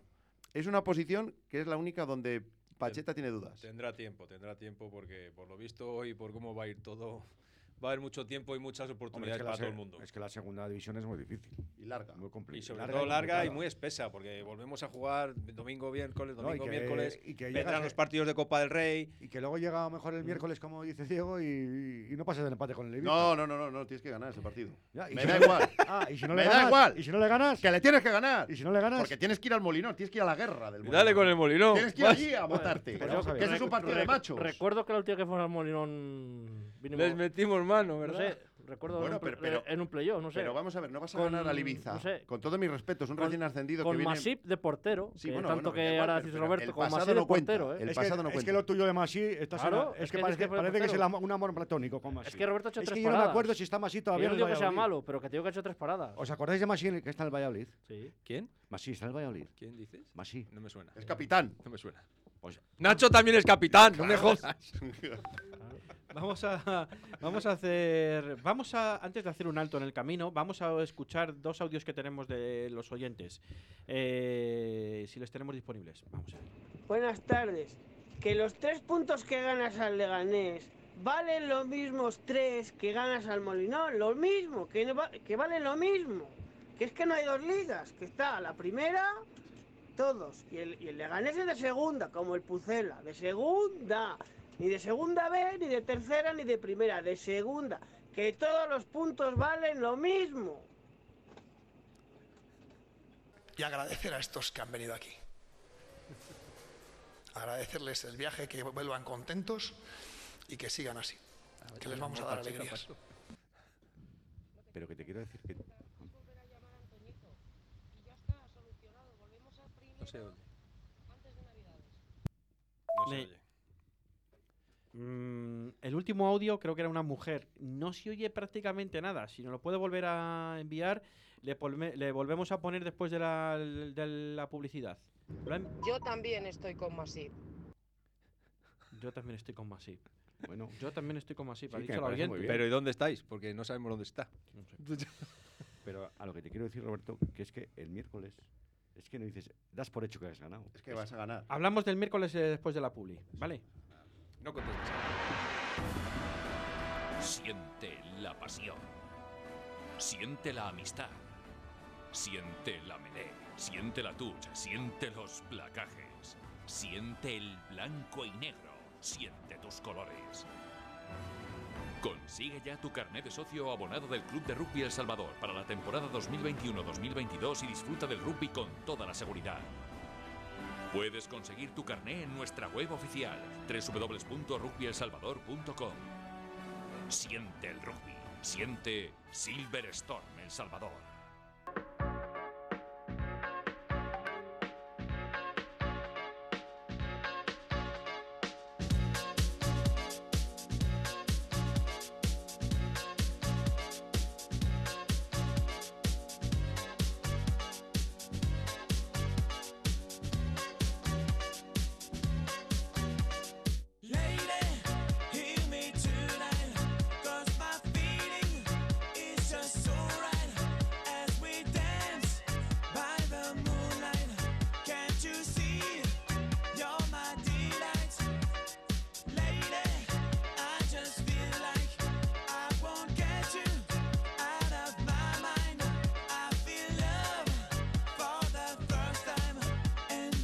Speaker 9: es una posición que es la única donde Pacheta tiene dudas.
Speaker 8: Tendrá tiempo, tendrá tiempo porque por lo visto y por cómo va a ir todo, va a haber mucho tiempo y muchas
Speaker 6: Hombre, es,
Speaker 8: oportunidades
Speaker 6: que la
Speaker 8: para todo
Speaker 6: se-
Speaker 8: el mundo.
Speaker 6: es que la segunda división es muy difícil.
Speaker 9: Y larga.
Speaker 6: Muy complicada.
Speaker 8: Y sobre todo larga y muy espesa, porque volvemos a jugar domingo, miércoles,
Speaker 6: No, y
Speaker 8: domingo,
Speaker 6: que-
Speaker 8: miércoles.
Speaker 6: y que
Speaker 8: vendrán
Speaker 6: llegas,
Speaker 8: los
Speaker 6: eh,
Speaker 8: partidos de Copa del Rey. Mm.
Speaker 6: Y que luego llega a lo mejor el miércoles, como dice Diego, y, y no pasas el empate con el Ibiza.
Speaker 9: No, no, no, no, no, tienes que ganar ese partido.
Speaker 6: Ya, y
Speaker 9: Me
Speaker 6: si
Speaker 9: da
Speaker 6: no-
Speaker 9: igual.
Speaker 6: Ah, y si no
Speaker 9: Me
Speaker 6: le
Speaker 9: da
Speaker 6: ganas,
Speaker 9: igual.
Speaker 6: Y si no le ganas.
Speaker 9: Que le tienes que ganar.
Speaker 6: Y si no le ganas.
Speaker 9: Porque tienes que ir al Molinón, tienes que ir a la guerra
Speaker 8: Y
Speaker 9: del Molinón.
Speaker 8: dale con el molinón.
Speaker 9: Tienes que ir
Speaker 8: vas.
Speaker 9: allí a votarte.
Speaker 8: Pues vamos a ver.
Speaker 9: que eso es un partido de
Speaker 5: Rec-
Speaker 9: machos.
Speaker 5: Recuerdo que la última que fuimos al Molinón. vinimos-
Speaker 8: Les metimos mano, ¿verdad?
Speaker 5: No sé, recuerdo en,
Speaker 9: Bueno,
Speaker 5: un
Speaker 9: pero-
Speaker 5: play-
Speaker 9: pero-
Speaker 5: en un playoff, no sé.
Speaker 9: Pero vamos a ver, no vas a
Speaker 5: Con-
Speaker 9: ganar al Ibiza.
Speaker 5: no sé,
Speaker 9: Con todo mi respeto, es un
Speaker 5: Con-
Speaker 9: recién ascendido
Speaker 5: con
Speaker 9: que viene.
Speaker 5: Masip de portero,
Speaker 9: Sí,
Speaker 5: que
Speaker 9: bueno,
Speaker 5: tanto
Speaker 9: bueno,
Speaker 5: que
Speaker 9: da igual,
Speaker 5: ahora
Speaker 9: pero-
Speaker 5: dice
Speaker 9: pero
Speaker 5: Roberto,
Speaker 9: el
Speaker 5: con
Speaker 9: pasado
Speaker 5: Masip de
Speaker 9: no cuenta,
Speaker 5: portero, ¿eh?
Speaker 9: el
Speaker 6: Es
Speaker 9: pasado
Speaker 6: que,
Speaker 9: no
Speaker 6: es
Speaker 9: cuenta.
Speaker 6: que lo tuyo de Masí está
Speaker 5: Claro,
Speaker 6: sonando-
Speaker 5: es
Speaker 6: es que
Speaker 5: que- es
Speaker 6: parece,
Speaker 5: que fue
Speaker 6: parece que es el
Speaker 5: portero.
Speaker 6: am- un amor platónico con Masí.
Speaker 5: Es que Roberto ha hecho
Speaker 6: Es
Speaker 5: tres
Speaker 6: que yo no
Speaker 5: paradas.
Speaker 6: me acuerdo si está Masí todavía
Speaker 5: Yo no
Speaker 6: en el
Speaker 5: digo que sea
Speaker 6: Valladolid.
Speaker 5: malo, pero que te digo que ha hecho tres paradas.
Speaker 6: ¿Os acordáis de Masí en el- que está en el Valladolid?
Speaker 5: Sí.
Speaker 8: ¿Quién?
Speaker 6: Masí está en el Valladolid.
Speaker 8: ¿Quién dices?
Speaker 6: Masí.
Speaker 8: No me suena.
Speaker 9: Es capitán.
Speaker 8: No me suena.
Speaker 6: Pues-
Speaker 8: Nacho también es capitán, no me
Speaker 3: Claro.
Speaker 8: jodas.
Speaker 3: Vamos a, vamos a hacer. Vamos a. Antes de hacer un alto en el camino, vamos a escuchar dos audios que tenemos de los oyentes. Eh, si los tenemos disponibles. Vamos a ver.
Speaker 12: Buenas tardes. Que los tres puntos que ganas al Leganés valen los mismos tres que ganas al Molinón, lo mismo, que, no va- que valen lo mismo. Que es que no hay dos ligas, que está la primera, todos, y el, y el Leganés es de segunda, como el Pucela, de segunda. Ni de segunda B, ni de tercera, ni de primera, de segunda. Que todos los puntos valen lo mismo.
Speaker 10: y agradecer a estos que han venido aquí. Agradecerles el viaje, que vuelvan contentos y que sigan así. Que les vamos a dar alegrías.
Speaker 6: Pero que te quiero decir que
Speaker 8: No se oye.
Speaker 3: Le- Mm, el último audio creo que era una mujer. No se oye prácticamente nada. Si no lo puede volver a enviar, le, polme- le volvemos a poner después de la, de la publicidad. Lo ha en-
Speaker 13: Yo también estoy con Masip.
Speaker 3: Yo también estoy con Masip. Bueno, yo también estoy con Masip. ha
Speaker 8: Sí, que
Speaker 3: dicho
Speaker 8: me
Speaker 3: la
Speaker 8: parece
Speaker 3: oyente.
Speaker 8: muy bien. Pero ¿y dónde estáis? Porque no sabemos dónde está.
Speaker 6: Pero a lo que te quiero decir, Roberto, que es que el miércoles es que no dices, das por hecho que has ganado. Es
Speaker 9: que vas a ganar.
Speaker 3: Hablamos del miércoles eh, después de la publi, ¿vale?
Speaker 8: No contestes.
Speaker 14: Siente la pasión. Siente la amistad. Siente la melee. Siente la tuya. Siente los placajes. Siente el blanco y negro. Siente tus colores. Consigue ya tu carnet de socio abonado del Club de Rugby El Salvador para la temporada 2021-2022 y disfruta del rugby con toda la seguridad. Puedes conseguir tu carné en nuestra web oficial www.rugbyelsalvador.com. Siente el rugby. Siente Silver Storm El Salvador.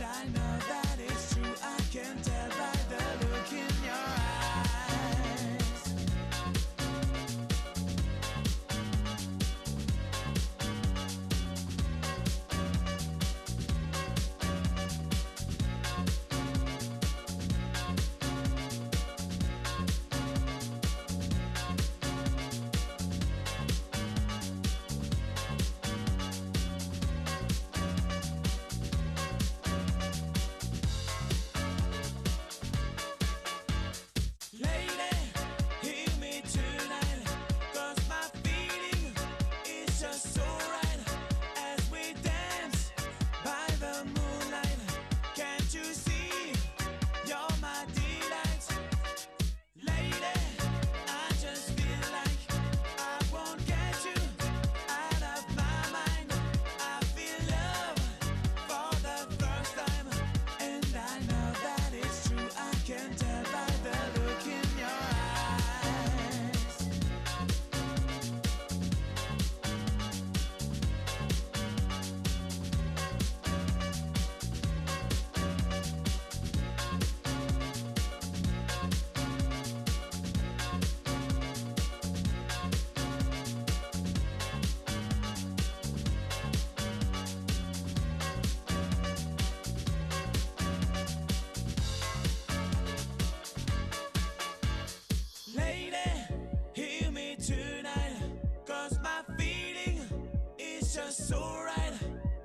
Speaker 15: I know that it's true. I can tell by the look in your eyes. Lady, hear me tonight, 'cause my feeling is just so right as we dance by the moonlight. Can't you see you're my delight? Lady, I just feel like I won't get you out of my mind. I feel love for the first time, and I know that it's true. I can tell by the look in your eyes. Lady, hear me tonight, 'cause my feeling is just so right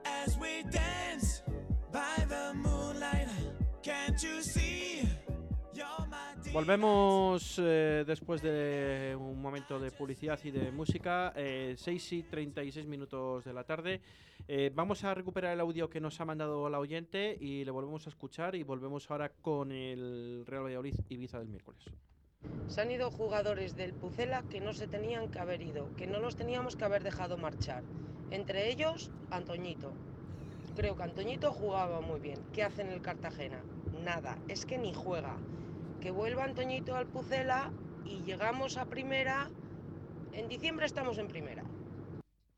Speaker 15: as we dance by the moonlight. Can't you see? You're my
Speaker 3: Volvemos eh, después de un momento de publicidad y de música, eh, 6 y 36 minutos de la tarde. Eh, vamos a recuperar el audio que nos ha mandado la oyente y le volvemos a escuchar y volvemos ahora con el Real Valladolid Ibiza del miércoles.
Speaker 13: Se han ido jugadores del Pucela que no se tenían que haber ido, que no los teníamos que haber dejado marchar. Entre ellos, Antoñito. Creo que Antoñito jugaba muy bien. ¿Qué hace en el Cartagena? Nada, es que ni juega. Que vuelva Antoñito al Pucela y llegamos a primera. En diciembre estamos en primera.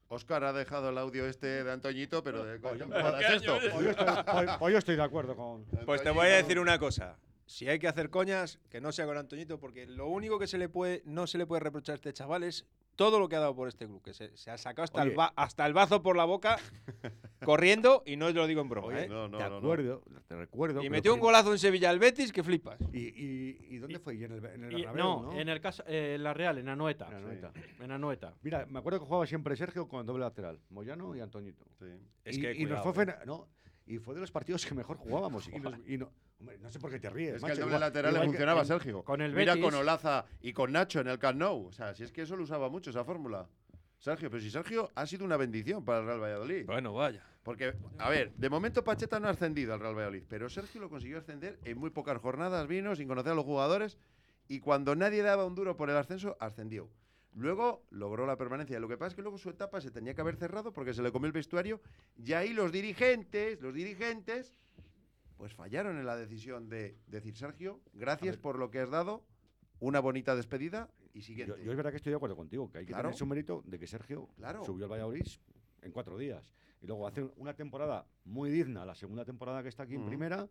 Speaker 9: Oscar ha dejado el audio este de Antoñito, pero de
Speaker 5: Pues
Speaker 9: coño,
Speaker 8: pollo,
Speaker 9: ¿cuál es esto?
Speaker 8: pollo, pollo,
Speaker 6: Pues, pues yo estoy de acuerdo con.
Speaker 8: Pues te voy a decir una cosa. Si hay que hacer coñas, que no sea con Antoñito, porque lo único que se le puede, no se le puede reprochar a este chaval es todo lo que ha dado por este club, que se, se ha sacado hasta, el,
Speaker 6: Oye.
Speaker 8: ba- hasta el bazo por la boca, corriendo, y no os lo digo en broma. ¿eh?
Speaker 6: te acuerdo, te recuerdo.
Speaker 8: Y
Speaker 6: que
Speaker 8: metió
Speaker 6: lo
Speaker 8: un
Speaker 6: prim-
Speaker 8: golazo en Sevilla al Betis que flipas.
Speaker 6: ¿Y, y, y dónde fue? ¿Y en el, en el
Speaker 3: Y-
Speaker 6: Bernabéu,
Speaker 3: no,
Speaker 6: no?
Speaker 3: en el caso, eh, en la Real, en Anoeta.
Speaker 6: Anoeta.
Speaker 3: En Anoeta.
Speaker 6: Mira, me acuerdo que jugaba siempre Sergio con doble lateral, Moyano y Antoñito.
Speaker 9: Sí.
Speaker 8: Es
Speaker 6: y,
Speaker 8: que
Speaker 6: y nos
Speaker 8: cuidado,
Speaker 6: fue
Speaker 8: eh.
Speaker 6: fena- no, y fue de los partidos que mejor jugábamos. y, nos- y no, hombre, no sé por qué te ríes.
Speaker 9: Es que
Speaker 6: macho,
Speaker 9: el doble
Speaker 6: igual-
Speaker 9: lateral le
Speaker 6: igual que
Speaker 9: funcionaba,
Speaker 6: en-
Speaker 9: Sergio.
Speaker 6: Con el
Speaker 9: Mira
Speaker 6: Betis-
Speaker 9: con Olaza y con Nacho en el Camp Nou. O sea, si es que eso lo usaba mucho, esa fórmula. Sergio, pero si Sergio ha sido una bendición para el Real Valladolid.
Speaker 8: Bueno, vaya.
Speaker 9: Porque, a ver, de momento Pacheta no ha ascendido al Real Valladolid, pero Sergio lo consiguió ascender en muy pocas jornadas, vino sin conocer a los jugadores y cuando nadie daba un duro por el ascenso, ascendió. Luego logró la permanencia. Lo que pasa es que luego su etapa se tenía que haber cerrado porque se le comió el vestuario y ahí los dirigentes, los dirigentes, pues fallaron en la decisión de decir, Sergio, gracias por lo que has dado, una bonita despedida y siguiente.
Speaker 6: Yo, yo es verdad que estoy de acuerdo contigo, que hay que
Speaker 9: Claro.
Speaker 6: tener su mérito de que Sergio
Speaker 9: Claro.
Speaker 6: subió al Valladolid en cuatro días. Y luego hace una temporada muy digna, la segunda temporada que está aquí en
Speaker 9: Ujú.
Speaker 6: primera.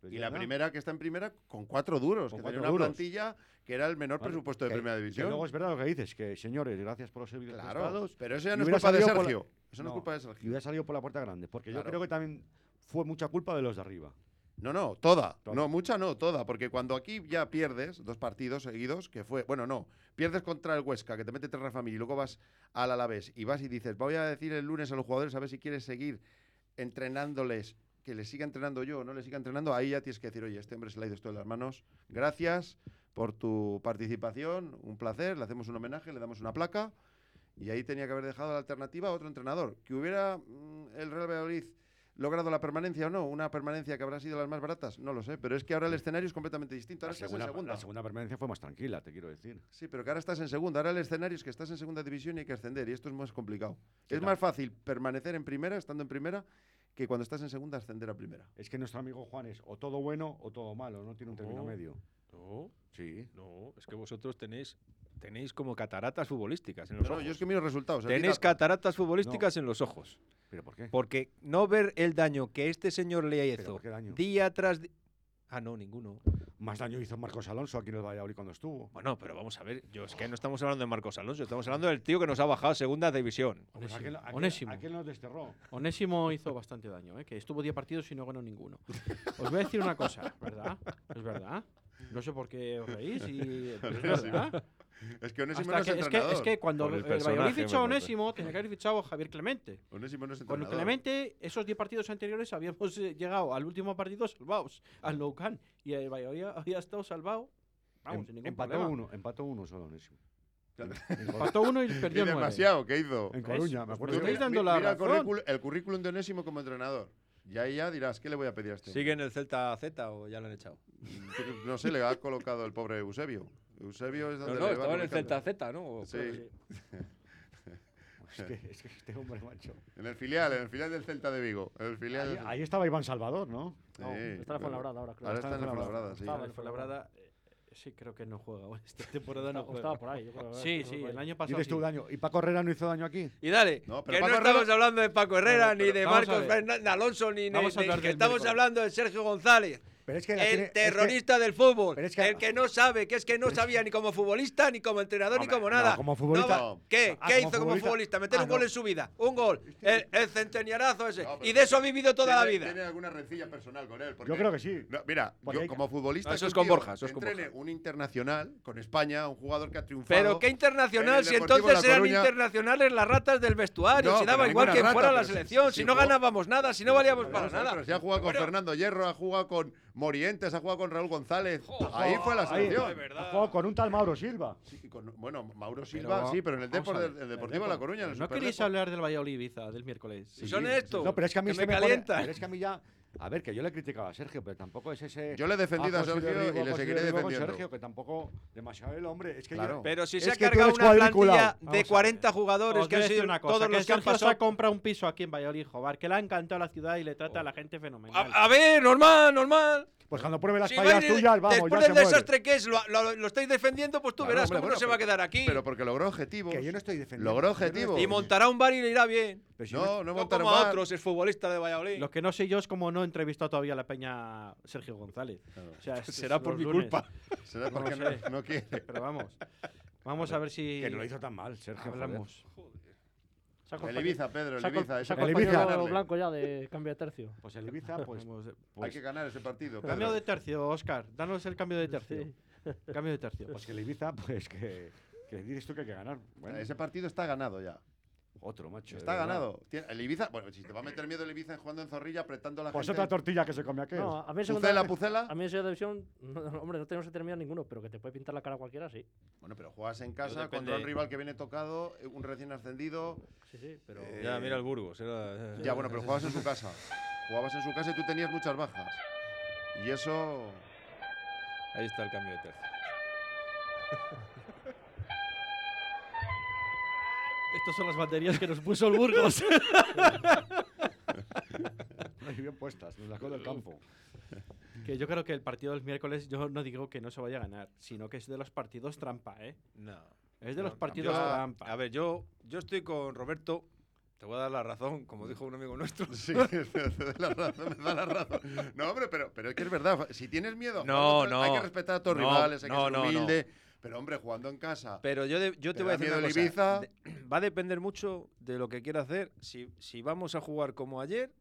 Speaker 6: pues
Speaker 9: Y la primera que está en primera con cuatro duros,
Speaker 6: Con
Speaker 9: Pues que
Speaker 6: cuatro
Speaker 9: tenía una
Speaker 6: duros.
Speaker 9: plantilla que era el menor
Speaker 6: Vale,
Speaker 9: presupuesto de
Speaker 6: que-
Speaker 9: primera
Speaker 6: que
Speaker 9: división.
Speaker 6: luego es verdad lo que dices, que señores, gracias por los servicios
Speaker 9: Claro,
Speaker 6: prestados.
Speaker 9: pero eso ya
Speaker 6: Y
Speaker 9: no es
Speaker 6: hubiera
Speaker 9: culpa de
Speaker 6: salido por la-
Speaker 9: Sergio. Eso no es culpa de Sergio.
Speaker 6: Y hubiera salido por la puerta grande, porque yo
Speaker 9: Claro.
Speaker 6: creo que también fue mucha culpa de los de arriba.
Speaker 9: No, no, toda. No, mucha no, toda. Porque cuando aquí ya pierdes dos partidos seguidos, que fue. Bueno, no. Pierdes contra el Huesca, que te mete tres Rafa Mir, y luego vas al Alavés y vas y dices, voy a decir el lunes a los jugadores a ver si quieres seguir entrenándoles, que les siga entrenando yo o no les siga entrenando. Ahí ya tienes que decir, oye, este hombre se le ha ido esto de las manos. Gracias por tu participación, un placer. Le hacemos un homenaje, le damos una placa. Y ahí tenía que haber dejado la alternativa a otro entrenador. Que hubiera mm, el Real Valladolid logrado la permanencia o no, una permanencia que habrá sido las más baratas, no lo sé. Pero es que ahora el escenario es completamente distinto. Ahora
Speaker 6: La
Speaker 9: estás
Speaker 6: segunda,
Speaker 9: en segunda.
Speaker 6: la segunda permanencia fue más tranquila, te quiero decir.
Speaker 9: Sí, pero que ahora estás en segunda. Ahora el escenario es que estás en segunda división y hay que ascender. Y esto es más complicado.
Speaker 6: Sí,
Speaker 9: es
Speaker 6: claro.
Speaker 9: más fácil permanecer en primera, estando en primera, que cuando estás en segunda ascender a primera.
Speaker 6: Es que nuestro amigo Juan es o todo bueno o todo malo, no tiene un término medio.
Speaker 8: No.
Speaker 6: Sí.
Speaker 8: No, es que vosotros tenéis tenéis como cataratas futbolísticas en los
Speaker 9: No, no,
Speaker 8: ojos.
Speaker 9: yo es que miro resultados, a ti
Speaker 8: Tenéis
Speaker 9: datos.
Speaker 8: cataratas futbolísticas
Speaker 6: No.
Speaker 8: en los ojos.
Speaker 6: ¿Pero por qué?
Speaker 8: Porque no ver el daño que este señor le
Speaker 6: ¿Pero
Speaker 8: hizo
Speaker 6: por qué daño?
Speaker 8: día tras día. Ah, no, ninguno.
Speaker 6: Más daño hizo Marcos Alonso aquí en el Valladolid cuando estuvo.
Speaker 8: Bueno, pero vamos a ver, yo es que no estamos hablando de Marcos Alonso, estamos hablando del tío que nos ha bajado a segunda división.
Speaker 6: Pues aquel, aquel-
Speaker 8: Onésimo.
Speaker 6: aquel nos desterró.
Speaker 3: Onésimo hizo bastante daño, ¿eh? que estuvo 10 partidos y no ganó ninguno. Os voy a decir una cosa, ¿verdad? Es verdad. No sé por qué os reís y.
Speaker 9: Onésimo. Es
Speaker 3: Es, verdad.
Speaker 9: que Onésimo
Speaker 3: Hasta
Speaker 9: no es
Speaker 3: que- es, que,
Speaker 9: entrenador.
Speaker 3: es que cuando
Speaker 9: Por el
Speaker 3: el, Valladolid
Speaker 9: personaje,
Speaker 3: fichó a
Speaker 9: me parece.
Speaker 3: Onésimo, tenía que haber fichado a Javier Clemente.
Speaker 9: Onésimo no es
Speaker 3: Con
Speaker 9: entrenador.
Speaker 3: Clemente, esos 10 partidos anteriores habíamos eh, llegado al último partido salvados, al Nou Camp. Y el Valladolid había estado salvado. Vamos,
Speaker 6: Em-
Speaker 3: sin ningún
Speaker 6: empató
Speaker 3: problema.
Speaker 6: uno, empató uno solo Onésimo.
Speaker 3: Empató uno y perdió
Speaker 9: Y
Speaker 3: nueve.
Speaker 9: demasiado, ¿qué hizo?
Speaker 6: En Coruña, me acuerdo. que-
Speaker 9: Pues mira- mi- mira el currícul- El currículum de Onésimo como entrenador. Y ahí ya dirás, ¿qué le voy a pedir a este?
Speaker 8: ¿Sigue en el Celta Z o ya lo han echado?
Speaker 9: No sé, le ha colocado el pobre Eusebio. Eusebio es
Speaker 8: No,
Speaker 9: donde
Speaker 8: no,
Speaker 9: le
Speaker 8: estaba
Speaker 9: va
Speaker 8: en el
Speaker 9: colocando.
Speaker 8: Celta Z, ¿no? O creo
Speaker 9: Sí.
Speaker 6: Es que, es que este hombre, macho.
Speaker 9: en el filial, en el filial del Celta de Vigo. En el filial
Speaker 6: Ahí,
Speaker 9: del-
Speaker 6: ahí estaba Iván Salvador, ¿no?
Speaker 9: Sí, está en
Speaker 6: claro.
Speaker 9: Fuenlabrada ahora, creo. Ahora está en el Fuenlabrada, sí.
Speaker 3: Estaba en el Fuenlabrada, eh, sí, creo que no juega. ahora, Esta temporada no
Speaker 5: Está-
Speaker 3: juega.
Speaker 5: estaba por ahí, yo creo que
Speaker 3: Sí,
Speaker 5: estaba
Speaker 3: sí,
Speaker 5: por ahí.
Speaker 3: el año pasado.
Speaker 6: Dices tú
Speaker 3: sí.
Speaker 6: daño. ¿Y Paco Herrera no hizo daño aquí?
Speaker 8: Y dale,
Speaker 6: No,
Speaker 8: que no estamos hablando de Paco Herrera, ni de
Speaker 6: vamos a
Speaker 8: Marcos
Speaker 6: ver.
Speaker 8: Fernández Alonso, ni de,
Speaker 6: Vamos a
Speaker 8: de-
Speaker 6: hablar
Speaker 8: que
Speaker 6: del
Speaker 8: estamos
Speaker 6: miércoles.
Speaker 8: hablando de Sergio González.
Speaker 6: Pero es que la
Speaker 8: el
Speaker 6: tiene- es que-
Speaker 8: terrorista del fútbol,
Speaker 6: es que-
Speaker 8: el que no sabe, que es que no sabía ni como futbolista, ni como entrenador, ni como nada.
Speaker 6: como futbolista-
Speaker 8: No, ¿Qué?
Speaker 6: Ah,
Speaker 8: ¿Qué
Speaker 6: como
Speaker 8: hizo como
Speaker 6: futbolista.
Speaker 8: futbolista? Meter
Speaker 6: Ah,
Speaker 8: un gol
Speaker 6: no.
Speaker 8: en su vida, un gol, el, el centeniarazo ese.
Speaker 9: No, pero
Speaker 8: y de eso ha vivido toda la
Speaker 9: tiene-
Speaker 8: vida.
Speaker 9: Tiene alguna rencilla personal con él.
Speaker 6: Yo creo que sí.
Speaker 9: No, mira,
Speaker 6: Porque
Speaker 9: yo
Speaker 6: hay-
Speaker 9: como futbolista.
Speaker 8: No, eso
Speaker 9: que
Speaker 8: es
Speaker 9: un
Speaker 8: con
Speaker 9: tío
Speaker 8: Borja, eso es con
Speaker 9: entrene
Speaker 8: Borja.
Speaker 9: un internacional con España, un jugador que ha triunfado.
Speaker 8: Pero qué
Speaker 9: en
Speaker 8: internacional,
Speaker 9: el
Speaker 8: si
Speaker 9: Deportivo
Speaker 8: entonces
Speaker 9: La
Speaker 8: eran
Speaker 9: Coruña.
Speaker 8: internacionales las ratas del vestuario,
Speaker 9: No,
Speaker 8: si daba
Speaker 9: pero
Speaker 8: igual
Speaker 9: ninguna
Speaker 8: quién
Speaker 9: rata,
Speaker 8: fuera la
Speaker 9: pero si-
Speaker 8: selección,
Speaker 9: si
Speaker 8: si no
Speaker 9: jugó-
Speaker 8: ganábamos nada, si no valíamos para
Speaker 9: Vamos a ver,
Speaker 8: nada.
Speaker 9: pero si ha jugado con
Speaker 8: Pero-
Speaker 9: Fernando Hierro, ha jugado con Morientes, ha jugado con Raúl González. ahí fue la
Speaker 6: Ahí,
Speaker 9: selección.
Speaker 6: ha jugado con un tal Mauro Silva.
Speaker 9: Y con- bueno, Mauro Silva, sí, pero en el,
Speaker 6: vamos
Speaker 9: Depor-
Speaker 6: a ver,
Speaker 9: del- el Deportivo de La Coruña, en el
Speaker 3: ¿No
Speaker 9: Superdepo.
Speaker 3: queréis hablar del Valladolid Ibiza del miércoles?
Speaker 8: son estos,
Speaker 6: No, pero es que a mí
Speaker 8: que
Speaker 6: se
Speaker 8: me
Speaker 6: pone-
Speaker 8: calientan.
Speaker 6: pero es que a mí ya. A ver, que yo le he criticado a Sergio, pero tampoco es ese.
Speaker 9: Yo le he defendido a
Speaker 6: ajo,
Speaker 9: Sergio
Speaker 6: Sergio,
Speaker 9: y le
Speaker 6: ajo,
Speaker 9: seguiré
Speaker 6: Sergio, ajo,
Speaker 9: defendiendo.
Speaker 6: Sergio, que tampoco demasiado el hombre. Es que
Speaker 9: Claro.
Speaker 6: yo-
Speaker 8: Pero si
Speaker 6: es
Speaker 8: se ha
Speaker 6: que tú
Speaker 8: cargado
Speaker 6: eres
Speaker 8: una
Speaker 6: cuadriculado.
Speaker 8: plantilla
Speaker 6: Vamos a
Speaker 8: de
Speaker 6: ver.
Speaker 8: 40 jugadores
Speaker 3: Os
Speaker 8: que han
Speaker 3: voy a decir
Speaker 8: sido
Speaker 3: una cosa,
Speaker 8: todos
Speaker 3: que
Speaker 8: los que han
Speaker 3: Sergio se
Speaker 8: pasado.
Speaker 3: ha comprado un piso aquí en Valladolid, Jobar, que le ha encantado la ciudad y le trata a la gente fenomenal.
Speaker 8: A, a ver, normal, normal.
Speaker 6: Pues cuando pruebe las
Speaker 8: Si
Speaker 6: payas
Speaker 8: vais-
Speaker 6: tuyas, vamos,
Speaker 8: después
Speaker 6: ya
Speaker 8: del
Speaker 6: se muere.
Speaker 8: desastre que es, lo, lo- lo estáis defendiendo, pues tú
Speaker 9: Claro,
Speaker 8: verás
Speaker 9: hombre,
Speaker 8: cómo
Speaker 9: bueno,
Speaker 8: no se va a quedar aquí.
Speaker 9: Pero porque logró objetivos.
Speaker 6: Que yo no estoy defendiendo.
Speaker 9: Logró
Speaker 6: Yo no estoy-
Speaker 9: objetivos.
Speaker 8: y montará un bar y le irá bien.
Speaker 6: si No, no- no montaron
Speaker 8: como a
Speaker 6: bar.
Speaker 8: otros, es futbolista de Valladolid.
Speaker 3: Lo que no sé yo es cómo no he entrevistado todavía a la peña Sergio González. O sea, es-
Speaker 8: Será
Speaker 3: es
Speaker 8: por
Speaker 3: los
Speaker 8: mi
Speaker 3: lunes.
Speaker 8: culpa.
Speaker 9: Será
Speaker 3: No
Speaker 9: porque
Speaker 3: sé.
Speaker 9: no- no quiere.
Speaker 3: Pero vamos. Vamos a ver si.
Speaker 6: Que no lo hizo tan mal, Sergio, joder.
Speaker 3: Hablamos.
Speaker 9: El Ibiza, Pedro, el Ibiza, ese
Speaker 6: el
Speaker 9: partido hay que
Speaker 6: Ibiza.
Speaker 9: ganarle.
Speaker 5: blanco ya de Eh, cambio de tercio.
Speaker 6: Pues el Ibiza, pues.
Speaker 3: Vamos, eh,
Speaker 9: Hay que ganar ese partido. Pedro.
Speaker 3: Cambio de tercio, Oscar. Danos el cambio de tercio. Cambio de tercio.
Speaker 6: Pues que el Ibiza, pues que. Que dices tú que hay que ganar. Bueno,
Speaker 9: Ese partido está ganado ya.
Speaker 6: Otro, macho. de
Speaker 9: Está
Speaker 6: verdad.
Speaker 9: ganado. Tiene- El Ibiza, bueno, si te va a meter miedo el Ibiza en jugando en zorrilla, apretando a la
Speaker 6: Pues
Speaker 9: gente.
Speaker 6: otra tortilla que se come aquel.
Speaker 5: No, a mí en segunda-
Speaker 9: Pucela, Pucela.
Speaker 5: A mí en segunda división, no, no, hombre, no tenemos que terminar ninguno, pero que te puede pintar la cara cualquiera, sí.
Speaker 9: Bueno, pero juegas en
Speaker 5: Pero
Speaker 9: casa
Speaker 5: depende-
Speaker 9: contra un rival que viene tocado, eh, un recién ascendido.
Speaker 5: Sí, sí, pero.
Speaker 9: Eh,
Speaker 8: Ya, mira el Burgos. era-
Speaker 9: Ya, bueno, pero jugabas en su casa. Jugabas en su casa y tú tenías muchas bajas. Y eso.
Speaker 8: Ahí está el cambio de tercio.
Speaker 3: Estas son las baterías que nos puso el Burgos.
Speaker 6: Muy bien puestas, nos sacó del campo.
Speaker 3: Que yo creo que el partido del miércoles, yo no digo que no se vaya a ganar, sino que es de los partidos trampa, ¿eh?
Speaker 8: No.
Speaker 3: Es de los
Speaker 8: No,
Speaker 3: partidos
Speaker 8: yo-
Speaker 3: trampa.
Speaker 8: A ver, yo, yo estoy con Roberto. Te voy a dar la razón, como dijo un amigo nuestro.
Speaker 9: Sí, me da la razón, me da la razón. No, hombre, pero, pero es que es verdad. Si tienes miedo, a
Speaker 8: No,
Speaker 9: jugar contra- hay
Speaker 8: no.
Speaker 9: que respetar a tus
Speaker 8: No,
Speaker 9: rivales, hay que
Speaker 8: no,
Speaker 9: ser
Speaker 8: no, no.
Speaker 9: humilde. Pero, hombre, jugando en casa.
Speaker 8: Pero yo, de- yo te, voy a
Speaker 9: da
Speaker 8: decir una
Speaker 9: miedo el
Speaker 8: cosa.
Speaker 9: Ibiza.
Speaker 8: De- va a depender mucho de lo que quiera hacer. Si, si vamos a jugar como ayer.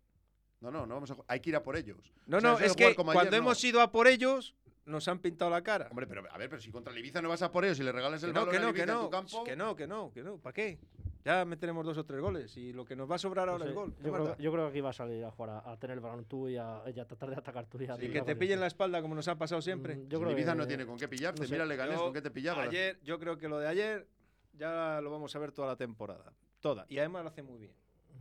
Speaker 9: No, no, no vamos a jugar. Hay que ir a por ellos.
Speaker 8: No,
Speaker 9: O sea,
Speaker 8: no,
Speaker 9: eso de
Speaker 8: es
Speaker 9: jugar
Speaker 8: que
Speaker 9: como
Speaker 8: cuando
Speaker 9: ayer, no.
Speaker 8: hemos ido a por ellos, nos han pintado la cara.
Speaker 9: Hombre, pero a ver, pero si contra el Ibiza no vas a por ellos y le regalas el
Speaker 8: que no,
Speaker 9: balón
Speaker 8: que
Speaker 9: al
Speaker 8: no,
Speaker 9: Ibiza
Speaker 8: que
Speaker 9: en
Speaker 8: no,
Speaker 9: tu campo.
Speaker 8: que no, que no, que no, ¿para qué? Ya meteremos dos o tres goles y lo que nos va a sobrar ahora
Speaker 5: No sé,
Speaker 8: es gol. ¿Qué
Speaker 5: Yo
Speaker 8: más
Speaker 5: creo,
Speaker 8: da?
Speaker 5: yo creo que aquí va a salir a jugar a, a tener el balón tú y a, y a tratar de atacar tú. Y, a
Speaker 8: Y que te pillen la espalda como nos ha pasado siempre.
Speaker 5: Mm, yo creo
Speaker 9: Ibiza
Speaker 5: que-
Speaker 9: no tiene con qué pillarte.
Speaker 5: no sé.
Speaker 9: Mira, Leganés,
Speaker 8: Yo
Speaker 9: con qué te pillaba.
Speaker 8: Ayer, yo creo que lo de ayer ya lo vamos a ver toda la temporada. Toda. Y además lo hace muy bien.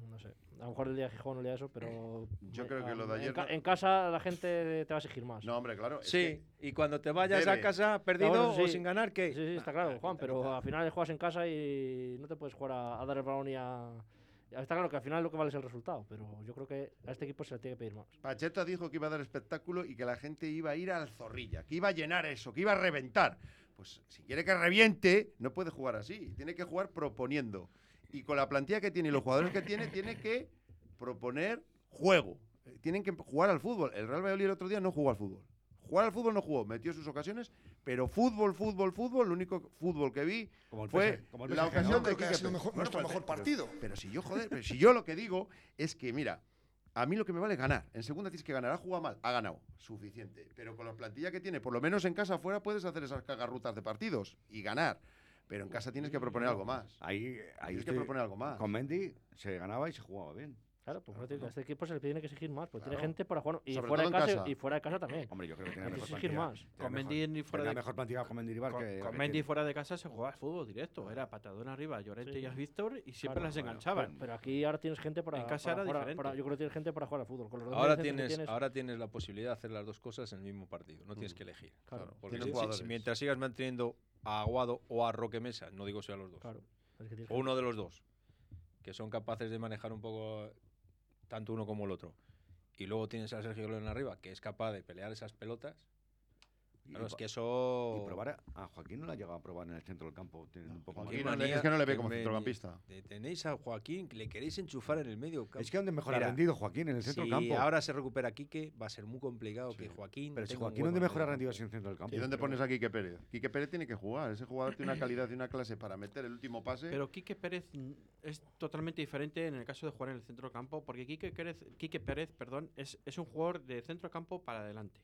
Speaker 5: No sé. A lo mejor el día de Gijón no le da eso, pero.
Speaker 8: Yo creo que
Speaker 5: ah,
Speaker 8: lo de
Speaker 5: en
Speaker 8: ayer
Speaker 5: ca-
Speaker 8: no-
Speaker 5: En casa la gente te va a exigir más.
Speaker 9: No, hombre, claro.
Speaker 8: Sí, y cuando te vayas
Speaker 5: Debe.
Speaker 8: a casa perdido
Speaker 5: Claro, sí.
Speaker 8: o sin ganar, ¿qué?
Speaker 5: Sí, sí, está claro, Juan, pero al final juegas en casa y no te puedes jugar a, a dar el balón y a. Está claro que al final lo que vale es el resultado, pero yo creo que a este equipo se le tiene que pedir más.
Speaker 9: Pacheta dijo que iba a dar espectáculo y que la gente iba a ir al zorrilla, que iba a llenar eso, que iba a reventar. Pues si quiere que reviente, no puede jugar así. Tiene que jugar proponiendo. Y con la plantilla que tiene y los jugadores que tiene, tiene que proponer juego. Eh, Tienen que jugar al fútbol. El Real Valladolid el otro día no jugó al fútbol. Jugar al fútbol no jugó, metió sus ocasiones, pero fútbol, fútbol, fútbol, el único fútbol que vi
Speaker 10: Como el
Speaker 9: fue
Speaker 10: PSG, como el
Speaker 9: la
Speaker 10: PSG,
Speaker 9: ocasión
Speaker 10: ¿no?
Speaker 9: de
Speaker 10: Creo que ha
Speaker 9: Quique
Speaker 10: sido
Speaker 9: Pérez.
Speaker 10: mejor- nuestro
Speaker 9: Bueno,
Speaker 10: mejor
Speaker 9: pero-
Speaker 10: partido.
Speaker 9: Pero si yo, joder, pero si yo lo que digo es que, mira, a mí lo que me vale es ganar. En segunda tienes que ganar. Ha jugado mal, ha ganado. Suficiente. Pero con la plantilla que tiene, por lo menos en casa afuera puedes hacer esas cagarrutas de partidos y ganar. Pero en casa tienes que proponer algo más.
Speaker 6: Ahí, ahí
Speaker 9: Tienes que
Speaker 6: estoy-
Speaker 9: proponer algo más.
Speaker 6: Con Mendy se ganaba y se jugaba bien.
Speaker 5: Claro, pues por eso te digo, a este equipo se le tiene que exigir más, porque tiene
Speaker 6: Claro.
Speaker 5: gente para jugar. Y
Speaker 6: Sobre
Speaker 5: fuera, de
Speaker 6: todo en
Speaker 5: casa,
Speaker 6: casa.
Speaker 5: y fuera de casa también.
Speaker 6: Hombre, yo creo que tiene
Speaker 5: Hay que
Speaker 6: mejor
Speaker 5: exigir
Speaker 6: plantilla.
Speaker 5: más.
Speaker 6: Tiene
Speaker 3: Con
Speaker 6: mejor-
Speaker 3: Mendy ni fuera
Speaker 6: tenía
Speaker 3: de-
Speaker 6: mejor plantilla con Mendy rival
Speaker 3: Con,
Speaker 6: que
Speaker 3: con
Speaker 6: que-
Speaker 3: Mendy fuera de casa se jugaba al fútbol directo. Era patadón arriba, Llorente
Speaker 5: Sí.
Speaker 3: y Víctor y
Speaker 5: Claro,
Speaker 3: siempre las
Speaker 5: bueno,
Speaker 3: enganchaban.
Speaker 5: Pero, pero aquí ahora tienes gente para.
Speaker 3: En casa
Speaker 5: para
Speaker 3: era
Speaker 5: jugar a-
Speaker 3: diferente.
Speaker 5: para- yo creo que tienes gente para jugar al fútbol. Con los dos
Speaker 8: Ahora
Speaker 5: mediocentros que
Speaker 8: tienes, ahora tienes la posibilidad de hacer las dos cosas en el mismo partido. No tienes que elegir.
Speaker 5: Mm. Claro.
Speaker 8: Porque
Speaker 5: Tienes
Speaker 8: si-
Speaker 5: jugadores.
Speaker 8: si- mientras sigas manteniendo a Aguado o a Roque Mesa, no digo sea los dos.
Speaker 5: Claro. Es que tienes
Speaker 8: o uno de los dos. Que son capaces de manejar un poco eh, tanto uno como el otro. Y luego tienes a Sergio León arriba, que es capaz de pelear esas pelotas. Claro, es
Speaker 6: pa-
Speaker 8: que eso.
Speaker 6: Y probar a, a Joaquín no la ha llegado a probar en el centro del campo. Tiene un poco más-
Speaker 8: Joaquín Manía, que me- te- Tenéis a Joaquín, le queréis enchufar en el medio campo.
Speaker 6: Es que donde mejor ha rendido Joaquín, en el centro
Speaker 8: si
Speaker 6: del campo.
Speaker 8: ahora se recupera Quique, va a ser muy complicado que Joaquín.
Speaker 6: Pero si
Speaker 8: tenga un
Speaker 6: Joaquín
Speaker 8: hueco
Speaker 6: donde
Speaker 8: en el
Speaker 6: mejor ha
Speaker 8: medio
Speaker 6: rendido es en el centro del campo.
Speaker 9: ¿Y dónde pones a Quique Pérez? Quique Pérez tiene que jugar. Ese jugador tiene una calidad y una clase para meter el último pase.
Speaker 3: Pero Quique Pérez mm, es totalmente diferente en el caso de jugar en el centro campo, porque Quique Pérez, Quique Pérez perdón, es, es un jugador de centro campo para adelante.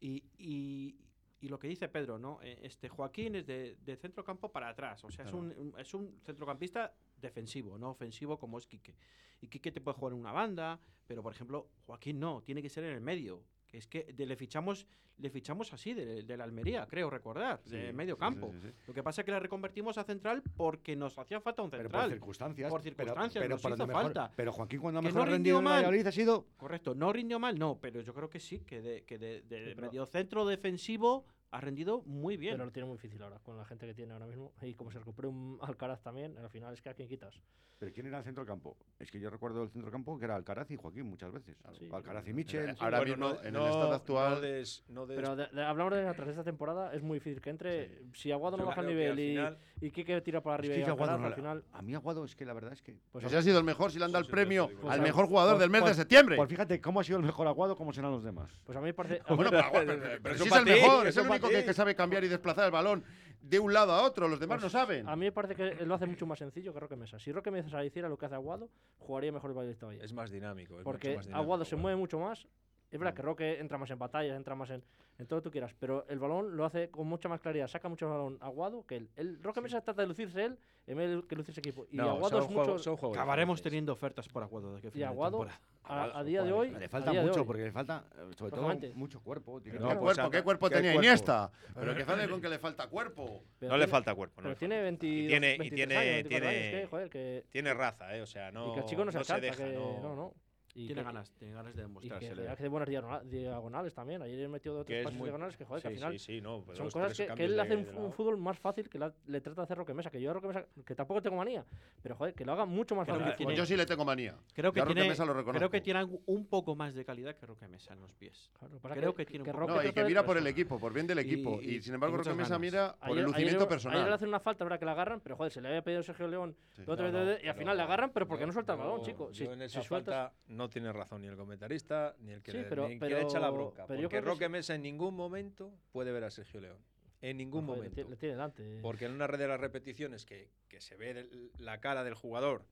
Speaker 3: Y, y- y lo que dice Pedro, ¿no? Eh, Este Joaquín es de, de centro campo para atrás. O sea,
Speaker 6: Claro.
Speaker 3: es, un, un- es un centrocampista defensivo, no ofensivo como es Quique. Y Quique te puede jugar en una banda, pero por ejemplo, Joaquín no, tiene que ser en el medio. Que es que de- le fichamos, le fichamos así, de, de la Almería, creo recordar, de
Speaker 6: Sí,
Speaker 3: medio
Speaker 6: sí,
Speaker 3: campo.
Speaker 6: sí, sí, sí.
Speaker 3: Lo que pasa es que la reconvertimos a central porque nos hacía falta un
Speaker 6: Pero
Speaker 3: central.
Speaker 6: por circunstancias.
Speaker 3: Por
Speaker 6: pero-
Speaker 3: circunstancias,
Speaker 6: pero
Speaker 3: nos
Speaker 6: por
Speaker 3: hizo
Speaker 6: donde mejor-
Speaker 3: falta.
Speaker 6: Pero Joaquín cuando
Speaker 3: Que
Speaker 6: mejor
Speaker 3: no
Speaker 6: ha rendido en
Speaker 3: rindió
Speaker 6: el
Speaker 3: mal.
Speaker 6: Valladolid ha sido...
Speaker 3: Correcto, no rindió mal, no, pero yo creo que sí, que de, que de, de
Speaker 5: Sí, pero-
Speaker 3: medio centro defensivo ha rendido muy bien.
Speaker 5: Pero lo tiene muy difícil ahora, con la gente que tiene ahora mismo. Y como se recupere un Alcaraz también, al final es que a quién quitas.
Speaker 6: ¿Pero quién era el centro campo? Es que yo recuerdo el centro campo que era Alcaraz y Joaquín muchas veces. Alcaraz y Michel.
Speaker 8: campo. Bueno, no- no- no des- no des-
Speaker 5: Pero de- de- hablamos de la tras esta temporada, es muy difícil que entre. Si Aguado no
Speaker 6: Yo
Speaker 5: baja el
Speaker 6: creo que
Speaker 5: nivel
Speaker 6: al
Speaker 5: y,
Speaker 6: final-
Speaker 5: y Quique tira para
Speaker 6: Es
Speaker 5: arriba
Speaker 6: que
Speaker 5: y
Speaker 6: yo Aguado
Speaker 5: Alcaraz,
Speaker 6: no
Speaker 5: al
Speaker 6: la-
Speaker 5: final.
Speaker 6: A mí Aguado es que la verdad es que...
Speaker 5: Pues
Speaker 9: Ese ha sido el mejor si le han dado el premio al mejor jugador del mes de
Speaker 6: Pues-
Speaker 9: septiembre.
Speaker 6: Pues fíjate cómo ha sido el mejor Aguado, cómo serán los demás.
Speaker 5: Pues a mí me parece.
Speaker 9: Bueno, pero, Aguado, pero- pero si es el mejor, es el único que, que sabe cambiar y desplazar el balón de un lado a otro. Los demás
Speaker 5: Pues,
Speaker 9: no saben.
Speaker 5: A mí me parece que lo hace mucho más sencillo que Roque Mesa. Si Roque Mesa hiciera lo que hace Aguado, jugaría mejor el Valladolid todavía.
Speaker 8: Es más Mm. dinámico. es
Speaker 5: Porque
Speaker 8: mucho más dinámico,
Speaker 5: Aguado se
Speaker 8: bueno.
Speaker 5: mueve mucho más Es verdad que Roque entra más en batallas, entra más en, en todo lo que tú quieras, pero el balón lo hace con mucha más claridad, saca mucho más balón aguado que él. El Roque Mesa trata de lucirse él en vez de que lucirse equipo. Y aguado es mucho.
Speaker 3: Acabaremos teniendo ofertas por Aguado. De que
Speaker 5: y
Speaker 3: final de
Speaker 5: Aguado,
Speaker 3: temporada.
Speaker 5: a, a día de hoy.
Speaker 6: Le
Speaker 5: a
Speaker 6: falta
Speaker 5: día de
Speaker 6: mucho,
Speaker 5: hoy.
Speaker 6: porque le falta, eh, sobre todo,
Speaker 5: Lógicamente.
Speaker 6: mucho cuerpo. tiene
Speaker 9: ¿Qué,
Speaker 6: que-
Speaker 9: cuerpo, ¿Qué cuerpo tenía Iniesta? Pero que sale con que le falta cuerpo.
Speaker 5: Pero
Speaker 8: No le
Speaker 5: tiene-
Speaker 8: falta cuerpo, no
Speaker 5: pero
Speaker 8: le
Speaker 5: tiene
Speaker 8: falta.
Speaker 5: 22,
Speaker 8: Y tiene, y
Speaker 5: 23
Speaker 8: tiene,
Speaker 5: años, 24
Speaker 8: tiene,
Speaker 5: años, que, joder, que-
Speaker 8: tiene raza, ¿eh? O sea, no,
Speaker 5: y que el chico no se, acharta,
Speaker 8: deja,
Speaker 5: que-
Speaker 8: no.
Speaker 5: no, no. Y
Speaker 3: Tiene
Speaker 5: que-
Speaker 3: ganas, tiene ganas de
Speaker 5: Y que
Speaker 3: demostrárselo.
Speaker 5: hace buenas diagonal- diagonales también. Ayer metió dos
Speaker 8: Que
Speaker 5: tres
Speaker 8: es
Speaker 5: pases
Speaker 8: muy-
Speaker 5: diagonales que, joder, que al
Speaker 8: sí,
Speaker 5: final.
Speaker 8: sí, sí, no, pero
Speaker 5: son
Speaker 8: los
Speaker 5: cosas
Speaker 8: tres
Speaker 5: que, que
Speaker 8: cambios
Speaker 5: él
Speaker 8: de-
Speaker 5: hace un,
Speaker 8: de
Speaker 5: un
Speaker 8: lado.
Speaker 5: fútbol más fácil que la- le trata de hacer Roque Mesa. Que yo a Roque Mesa, que tampoco tengo manía, pero joder, que lo haga mucho más fácil.
Speaker 9: Pues yo sí le tengo manía.
Speaker 3: Creo que,
Speaker 9: Yo a Roque
Speaker 3: tiene,
Speaker 9: Mesa lo
Speaker 3: creo
Speaker 9: reconozco.
Speaker 3: que tiene algo- un poco más de calidad que Roque Mesa en los pies.
Speaker 5: para
Speaker 3: creo
Speaker 5: que-
Speaker 3: que, tiene
Speaker 5: que
Speaker 3: un poco
Speaker 9: No,
Speaker 3: más
Speaker 9: y
Speaker 3: de
Speaker 9: que mira
Speaker 3: calidad.
Speaker 9: por el equipo, por bien del equipo. Y, sin embargo,
Speaker 3: muchas
Speaker 9: Roque Mesa
Speaker 3: ganas.
Speaker 9: mira por el
Speaker 5: Ayer-
Speaker 9: lucimiento
Speaker 5: ayer- Ayer le
Speaker 9: personal.
Speaker 5: hacen una falta, ¿verdad? Que la agarran, pero joder, se le había pedido Sergio León. dos, tres,
Speaker 8: No, no,
Speaker 5: dos, tres, y al
Speaker 8: pero
Speaker 5: final la agarran, pero porque
Speaker 8: yo-
Speaker 5: no suelta el
Speaker 8: yo-
Speaker 5: balón, chico.
Speaker 8: yo
Speaker 5: Si,
Speaker 8: en esa
Speaker 5: si sueltas-
Speaker 8: falta no tiene razón ni el comentarista ni el que,
Speaker 5: Sí,
Speaker 8: le,
Speaker 5: pero-
Speaker 8: ni el que
Speaker 5: pero-
Speaker 8: le echa la bronca.
Speaker 5: pero yo
Speaker 8: porque
Speaker 5: creo que
Speaker 8: Roque
Speaker 5: es-
Speaker 8: Mesa en ningún momento puede ver a Sergio León. En ningún
Speaker 5: Joder, le
Speaker 8: momento.
Speaker 5: tiene- le tiene delante. eh.
Speaker 8: Porque en una red de las repeticiones que, que se ve del- la cara del jugador,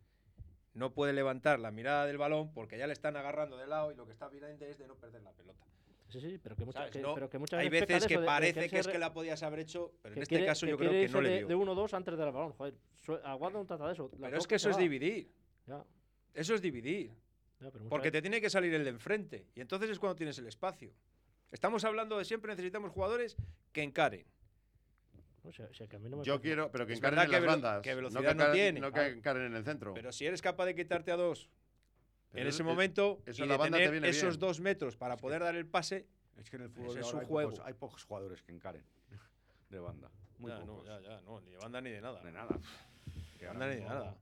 Speaker 8: no puede levantar la mirada del balón porque ya le están agarrando de lado y lo que está evidente es de no perder la pelota.
Speaker 5: Sí, sí, pero que, mucha,
Speaker 8: ¿Sabes?
Speaker 5: que,
Speaker 8: No,
Speaker 5: pero que muchas
Speaker 8: hay
Speaker 5: peca
Speaker 8: veces
Speaker 5: de
Speaker 8: que
Speaker 5: eso, de- de
Speaker 8: parece que
Speaker 5: se
Speaker 8: es
Speaker 5: re-
Speaker 8: que la podías haber hecho, pero en
Speaker 5: que
Speaker 8: este caso yo creo
Speaker 5: quiere
Speaker 8: que no
Speaker 5: irse
Speaker 8: le
Speaker 5: de-
Speaker 8: dio.
Speaker 5: De 1-2 antes del balón, joder. Su- Aguado un trata de eso. la
Speaker 8: Pero es
Speaker 5: toca
Speaker 8: que
Speaker 5: y
Speaker 8: eso
Speaker 5: se
Speaker 8: es
Speaker 5: va.
Speaker 8: dividir.
Speaker 5: Ya.
Speaker 8: Eso es dividir.
Speaker 5: Ya, pero muchas
Speaker 8: Porque
Speaker 5: veces-
Speaker 8: te tiene que salir el de enfrente. Y entonces es cuando tienes el espacio. Estamos hablando de siempre necesitamos jugadores que encaren.
Speaker 5: O sea, o sea, que a mí no me
Speaker 9: Yo
Speaker 5: parece-
Speaker 9: quiero, pero que
Speaker 8: Es
Speaker 9: encaren
Speaker 8: verdad
Speaker 9: en
Speaker 8: que
Speaker 9: las
Speaker 8: velo-
Speaker 9: bandas.
Speaker 8: que
Speaker 9: no
Speaker 8: velocidad
Speaker 9: que
Speaker 8: no
Speaker 9: encaren-
Speaker 8: tiene.
Speaker 9: no que encaren en el centro.
Speaker 8: Pero si eres capaz de quitarte a dos
Speaker 9: Pero
Speaker 8: en
Speaker 9: es-
Speaker 8: ese
Speaker 9: es-
Speaker 8: momento y
Speaker 9: eso en la
Speaker 8: de
Speaker 9: banda te
Speaker 8: tener
Speaker 9: viene
Speaker 8: esos
Speaker 9: bien.
Speaker 8: dos metros para poder dar el pase,
Speaker 6: Es que en el
Speaker 8: ese
Speaker 6: fútbol
Speaker 8: es
Speaker 6: ahora
Speaker 8: un
Speaker 6: Pues hay
Speaker 8: juego.
Speaker 6: Pocos, hay pocos jugadores que encaren de banda. Muy
Speaker 8: Ya, no,
Speaker 6: pocos.
Speaker 8: ya, ya, no, ni de banda ni de nada.
Speaker 6: De nada. Que
Speaker 8: banda
Speaker 6: ahora
Speaker 8: ni de
Speaker 6: mismo
Speaker 8: nada.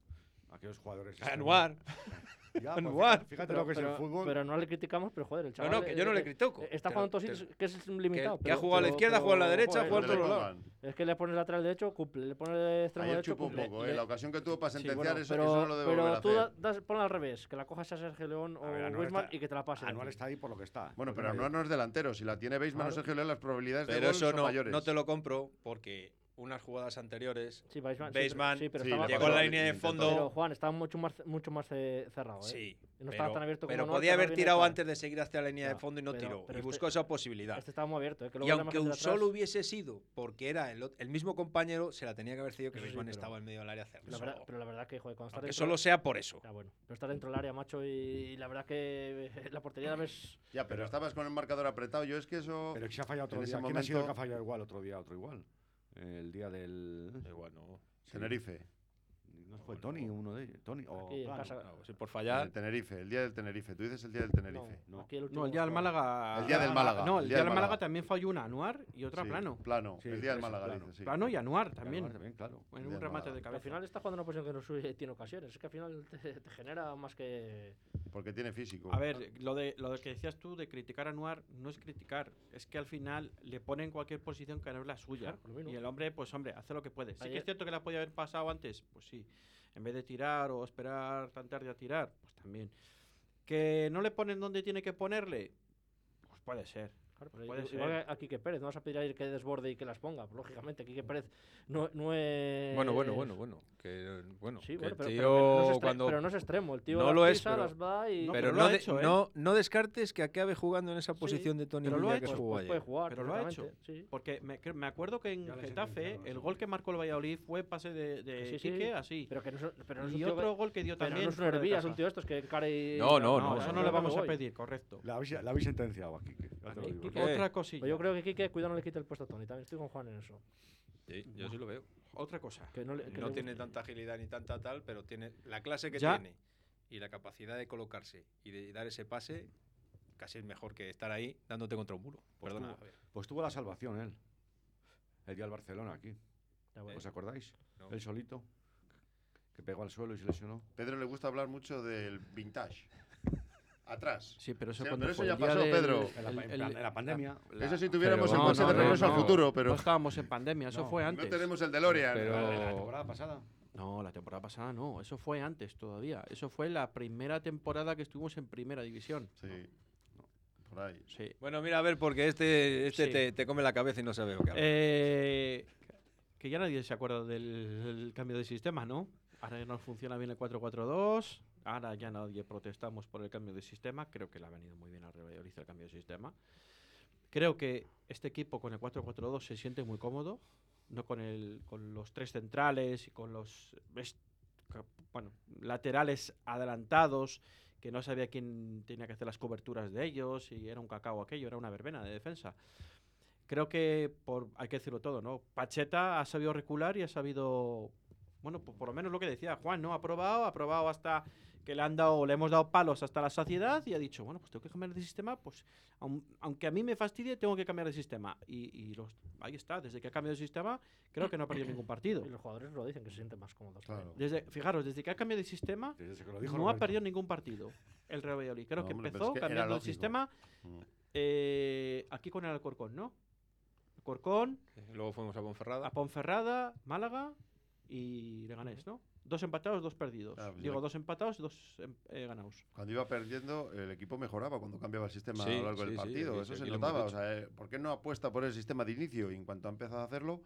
Speaker 6: Aquellos jugadores.
Speaker 8: Ah, Anuar.
Speaker 6: Ya, pues,
Speaker 8: Anuar.
Speaker 6: fíjate- Fíjate lo que es el fútbol.
Speaker 5: Pero no le criticamos, pero joder, el chaval.
Speaker 8: no, que yo no le
Speaker 5: eh,
Speaker 8: critico.
Speaker 5: eh, Está
Speaker 8: Te
Speaker 5: jugando
Speaker 8: lo-
Speaker 5: en todos
Speaker 8: te-
Speaker 5: sitios, que es limitado.
Speaker 8: que
Speaker 5: pero-
Speaker 8: ha jugado a la
Speaker 5: pero-
Speaker 8: izquierda, ha jugado a la
Speaker 5: pero,
Speaker 8: derecha, ha
Speaker 5: joder,
Speaker 8: jugado
Speaker 5: le
Speaker 8: a todos
Speaker 5: pongan.
Speaker 8: lados.
Speaker 5: Es que le pones lateral derecho, cumple. Le pones extremo
Speaker 9: Ayer
Speaker 5: derecho.
Speaker 9: chupó un
Speaker 5: cumple.
Speaker 9: poco,
Speaker 5: Le-
Speaker 9: ¿eh? La ocasión que tuvo para
Speaker 5: Sí,
Speaker 9: sentenciar
Speaker 5: bueno,
Speaker 9: eso,
Speaker 5: pero,
Speaker 9: eso no lo debe
Speaker 5: pero
Speaker 9: volver a
Speaker 5: tú
Speaker 9: hacer.
Speaker 5: da- das, ponla al revés, que la cojas a Sergio León o
Speaker 6: A ver, Anuar
Speaker 5: Griezmann
Speaker 6: está-
Speaker 5: y que te la pasen.
Speaker 6: Anuar está ahí por lo que está.
Speaker 9: Bueno, pero
Speaker 6: Porque
Speaker 9: Anuar no es delantero. Si la tiene Beisman o
Speaker 5: Claro.
Speaker 9: Sergio León, las probabilidades de
Speaker 8: Pero
Speaker 9: gol
Speaker 8: eso
Speaker 9: son
Speaker 8: no,
Speaker 9: mayores.
Speaker 8: no te lo compro porque unas jugadas anteriores,
Speaker 5: Sí, Beisman, sí, pero-
Speaker 8: Beisman
Speaker 5: sí, pero estaba-
Speaker 8: llegó a la línea de
Speaker 5: Pero
Speaker 8: fondo.
Speaker 5: Juan estaba mucho más, mucho más eh, cerrado. ¿eh?
Speaker 8: Sí,
Speaker 5: No estaba tan abierto
Speaker 8: pero
Speaker 5: como no,
Speaker 8: podía
Speaker 5: que no
Speaker 8: haber
Speaker 5: viene
Speaker 8: tirado
Speaker 5: tan-
Speaker 8: antes de seguir hacia la línea de fondo y no
Speaker 5: pero-
Speaker 8: tiró.
Speaker 5: pero
Speaker 8: y
Speaker 5: este-
Speaker 8: buscó esa posibilidad.
Speaker 5: Este estaba muy abierto. ¿eh? Que
Speaker 8: y
Speaker 5: luego la
Speaker 8: aunque
Speaker 5: margen de
Speaker 8: un
Speaker 5: atrás-
Speaker 8: solo hubiese sido, porque era el, ot- el mismo compañero, se la tenía que haber cedido que
Speaker 5: Eso sí,
Speaker 8: Griezmann
Speaker 5: pero-
Speaker 8: estaba en medio del área cerrado.
Speaker 5: la verdad- pero la verdad que, joder, cuando está
Speaker 8: Aunque
Speaker 5: dentro-
Speaker 8: solo sea por eso.
Speaker 5: Ya, bueno. Pero está dentro del área, macho, y la verdad que eh, la portería la ves.
Speaker 9: Ya, pero estabas con el marcador apretado. Yo es que eso.
Speaker 6: Pero que se ha fallado otro
Speaker 9: en ese
Speaker 6: día. ¿Quién ha sido el que ha
Speaker 9: momento-
Speaker 6: fallado igual otro día, otro igual? El día del.
Speaker 8: Igual no.
Speaker 9: Tenerife.
Speaker 6: No fue Tony, uno de ellos. Tony o
Speaker 5: Aquí, en
Speaker 6: Plano.
Speaker 5: casa.
Speaker 8: Sí, por fallar.
Speaker 9: El Tenerife, el día del Tenerife. Tú dices el día del Tenerife.
Speaker 5: No, aquí el último.
Speaker 3: No, el día del Málaga.
Speaker 9: El día del Málaga.
Speaker 3: No, el día del Málaga también falló una Anuar y otra
Speaker 9: Sí,
Speaker 3: Plano.
Speaker 9: Plano.
Speaker 3: Sí,
Speaker 9: El día del
Speaker 3: eso,
Speaker 9: Málaga,
Speaker 3: Plano.
Speaker 9: dices, sí.
Speaker 3: Plano y Anuar
Speaker 9: Y
Speaker 3: también.
Speaker 9: Anuar también, claro. El
Speaker 3: En
Speaker 9: día
Speaker 3: un
Speaker 9: del
Speaker 3: remate
Speaker 9: Málaga.
Speaker 3: de
Speaker 5: Al
Speaker 3: cabeza.
Speaker 5: final está jugando en una posición que no sube, tiene ocasiones. Es que al final te, te genera más que.
Speaker 9: Porque tiene físico.
Speaker 3: A ver, lo de lo de que decías tú de criticar a Anuar no es criticar, es que al final le ponen cualquier posición que no es la suya.
Speaker 5: Claro, por lo menos.
Speaker 3: y el hombre, pues hombre, hace lo que puede. Sí que
Speaker 5: Ayer-
Speaker 3: es cierto que la podía haber pasado antes, pues sí. En vez de tirar o esperar tan tarde a tirar, pues también. Que no le ponen donde tiene que ponerle, pues puede ser.
Speaker 5: Claro,
Speaker 3: pues
Speaker 5: pero
Speaker 3: puede
Speaker 5: igual
Speaker 3: ser.
Speaker 5: que a Quique Pérez, no vas a pedir a ir que desborde y que las ponga. Lógicamente, Quique Pérez no, no es.
Speaker 8: Bueno, bueno, bueno, bueno. Que, bueno,
Speaker 5: Eh, Sí,
Speaker 8: que
Speaker 5: bueno,
Speaker 8: el
Speaker 5: pero- pero
Speaker 8: tío
Speaker 5: que no es extre-
Speaker 8: cuando-
Speaker 5: pero no es extremo, el tío
Speaker 8: no
Speaker 5: las
Speaker 8: lo es,
Speaker 5: pisa,
Speaker 8: pero,
Speaker 5: las va y-
Speaker 8: pero,
Speaker 5: No, pero lo
Speaker 8: no,
Speaker 5: ha
Speaker 8: de-
Speaker 5: hecho, ¿eh?
Speaker 8: no, no descartes que acabe jugando en esa posición de Tony
Speaker 3: pero lo
Speaker 8: Villa
Speaker 3: ha
Speaker 8: que
Speaker 3: hecho.
Speaker 8: jugó
Speaker 5: Pues
Speaker 8: ayer.
Speaker 5: puede jugar,
Speaker 3: Pero lo ha hecho.
Speaker 5: perfectamente, sí.
Speaker 3: Porque me, cre- me acuerdo que en
Speaker 5: Ya le he
Speaker 3: Getafe el gol que marcó el Valladolid fue pase de, de
Speaker 5: Sí, sí,
Speaker 3: Eh, Quique,
Speaker 5: sí.
Speaker 3: así.
Speaker 5: Pero que no es, pero no es
Speaker 3: y
Speaker 5: un tío
Speaker 3: otro
Speaker 5: que-
Speaker 3: gol que dio
Speaker 5: pero
Speaker 3: también.
Speaker 5: No es un
Speaker 3: fuera de
Speaker 5: Hervías,
Speaker 3: casa.
Speaker 5: un tío estos que encara y.
Speaker 8: No, no, no, no,
Speaker 3: eso no
Speaker 8: no,
Speaker 3: le
Speaker 8: no,
Speaker 3: vamos a
Speaker 5: voy.
Speaker 3: pedir, correcto.
Speaker 6: La habéis, la habéis sentenciado aquí. que- ya te lo
Speaker 5: Sí,
Speaker 6: digo.
Speaker 5: Quique.
Speaker 8: eh.
Speaker 3: Otra cosilla.
Speaker 5: Pues Yo creo que Quique, cuidado, no le quita el puesto a Tony. También estoy con Juan en eso.
Speaker 8: Sí, yo sí lo veo.
Speaker 3: Otra cosa.
Speaker 5: Que no le- que
Speaker 8: no
Speaker 5: le-
Speaker 8: tiene tanta agilidad ni tanta tal, pero tiene la clase que
Speaker 3: Ya.
Speaker 8: tiene y la capacidad de colocarse y de dar ese pase casi es mejor que estar ahí dándote contra un muro.
Speaker 6: Pues
Speaker 8: Perdona.
Speaker 6: tuvo- Pues tuvo la salvación él. El día del Barcelona aquí.
Speaker 5: Ya, bueno.
Speaker 6: ¿Os acordáis?
Speaker 8: No.
Speaker 6: Él solito. Que pegó al suelo y se lesionó.
Speaker 9: Pedro le gusta hablar mucho del vintage. Atrás.
Speaker 3: Sí, pero eso
Speaker 9: Sí,
Speaker 3: cuando
Speaker 9: pero eso
Speaker 3: fue el
Speaker 9: ya
Speaker 3: día
Speaker 9: pasó,
Speaker 3: del-
Speaker 9: Pedro.
Speaker 3: el- el-
Speaker 6: En la- en la pandemia.
Speaker 3: la-
Speaker 9: Eso si tuviéramos
Speaker 3: Pero
Speaker 9: el coche de regreso al futuro, pero-
Speaker 3: No estábamos en pandemia, eso
Speaker 6: No,
Speaker 3: fue
Speaker 6: no
Speaker 3: antes.
Speaker 9: No tenemos el DeLorean.
Speaker 3: Pero-
Speaker 6: La temporada pasada.
Speaker 3: No, la temporada pasada no, eso fue antes todavía. Eso fue la primera temporada que estuvimos en primera división.
Speaker 9: Sí. Por ahí.
Speaker 3: Sí.
Speaker 8: Bueno, mira, a ver, porque este, este
Speaker 3: Sí.
Speaker 8: te, te come la cabeza y no sabe lo que habla.
Speaker 3: Eh, que ya nadie se acuerda del, del cambio de sistema, ¿no? Ahora ya no funciona bien el 4-4-2. Ahora ya nadie protestamos por el cambio de sistema. Creo que le ha venido muy bien al Real Valladolid el cambio de sistema. Creo que este equipo con el 4-4-2 se siente muy cómodo. No con, el, con los tres centrales y con los est- ca- bueno, laterales adelantados, que no sabía quién tenía que hacer las coberturas de ellos, y era un cacao aquello, era una verbena de defensa. Creo que por, hay que decirlo todo, ¿no? Pacheta ha sabido recular y ha sabido bueno, por, por lo menos lo que decía Juan, ¿no? Ha probado, ha probado hasta que le han dado, le hemos dado palos hasta la saciedad y ha dicho, bueno, pues tengo que cambiar de sistema, pues aun- aunque a mí me fastidie, tengo que cambiar de sistema. Y, y los, ahí está, desde que ha cambiado de sistema, creo que no ha perdido ningún partido.
Speaker 5: Mm. Y los jugadores lo dicen, que se sienten más cómodos. también.
Speaker 3: Desde, fijaros, desde que ha cambiado de sistema,
Speaker 5: que lo dijo
Speaker 3: no ha
Speaker 5: Roberto.
Speaker 3: perdido ningún partido el Real Valladolid. Creo
Speaker 5: No,
Speaker 3: que
Speaker 5: hombre, pero es
Speaker 3: empezó
Speaker 5: que era
Speaker 3: cambiando de
Speaker 5: lógico.
Speaker 3: sistema
Speaker 5: Mm.
Speaker 3: eh, aquí con el Alcorcón, ¿no? Alcorcón,
Speaker 8: Eh, Luego fuimos a Ponferrada.
Speaker 3: a Ponferrada, Málaga y Leganés, ¿no? Dos empatados, dos perdidos.
Speaker 9: Ah, pues
Speaker 3: Digo,
Speaker 9: ya-
Speaker 3: dos empatados, dos em- eh, ganados.
Speaker 9: Cuando iba perdiendo, el equipo mejoraba cuando cambiaba el sistema
Speaker 8: Sí,
Speaker 9: a lo largo
Speaker 8: sí,
Speaker 9: del
Speaker 8: sí,
Speaker 9: partido.
Speaker 8: aquí-
Speaker 9: Eso
Speaker 8: aquí
Speaker 9: se
Speaker 8: lo hemos
Speaker 9: notaba. O
Speaker 8: dicho.
Speaker 9: sea, eh, ¿por qué no apuesta por el sistema de inicio? Y en cuanto ha empezado a hacerlo,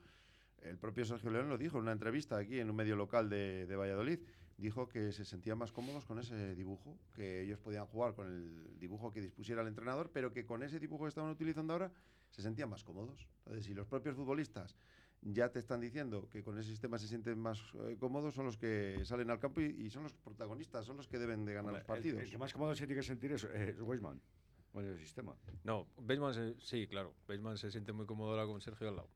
Speaker 9: el propio Sergio León lo dijo en una entrevista aquí en un medio local de, de Valladolid. Dijo que se sentían más cómodos con ese dibujo, que ellos podían jugar con el dibujo que dispusiera el entrenador, pero que con ese dibujo que estaban utilizando ahora se sentían más cómodos. Entonces, si los propios futbolistas ya te están diciendo que con ese sistema se sienten más eh, cómodos, son los que salen al campo y, y son los protagonistas, son los que deben de ganar
Speaker 6: Hombre,
Speaker 9: los
Speaker 6: el-
Speaker 9: partidos.
Speaker 6: El, que más cómodo se tiene que sentir es, es Weisman, con el sistema.
Speaker 8: No, Beisman se- sí, claro. Beisman se siente muy cómodo ahora con Sergio al lado.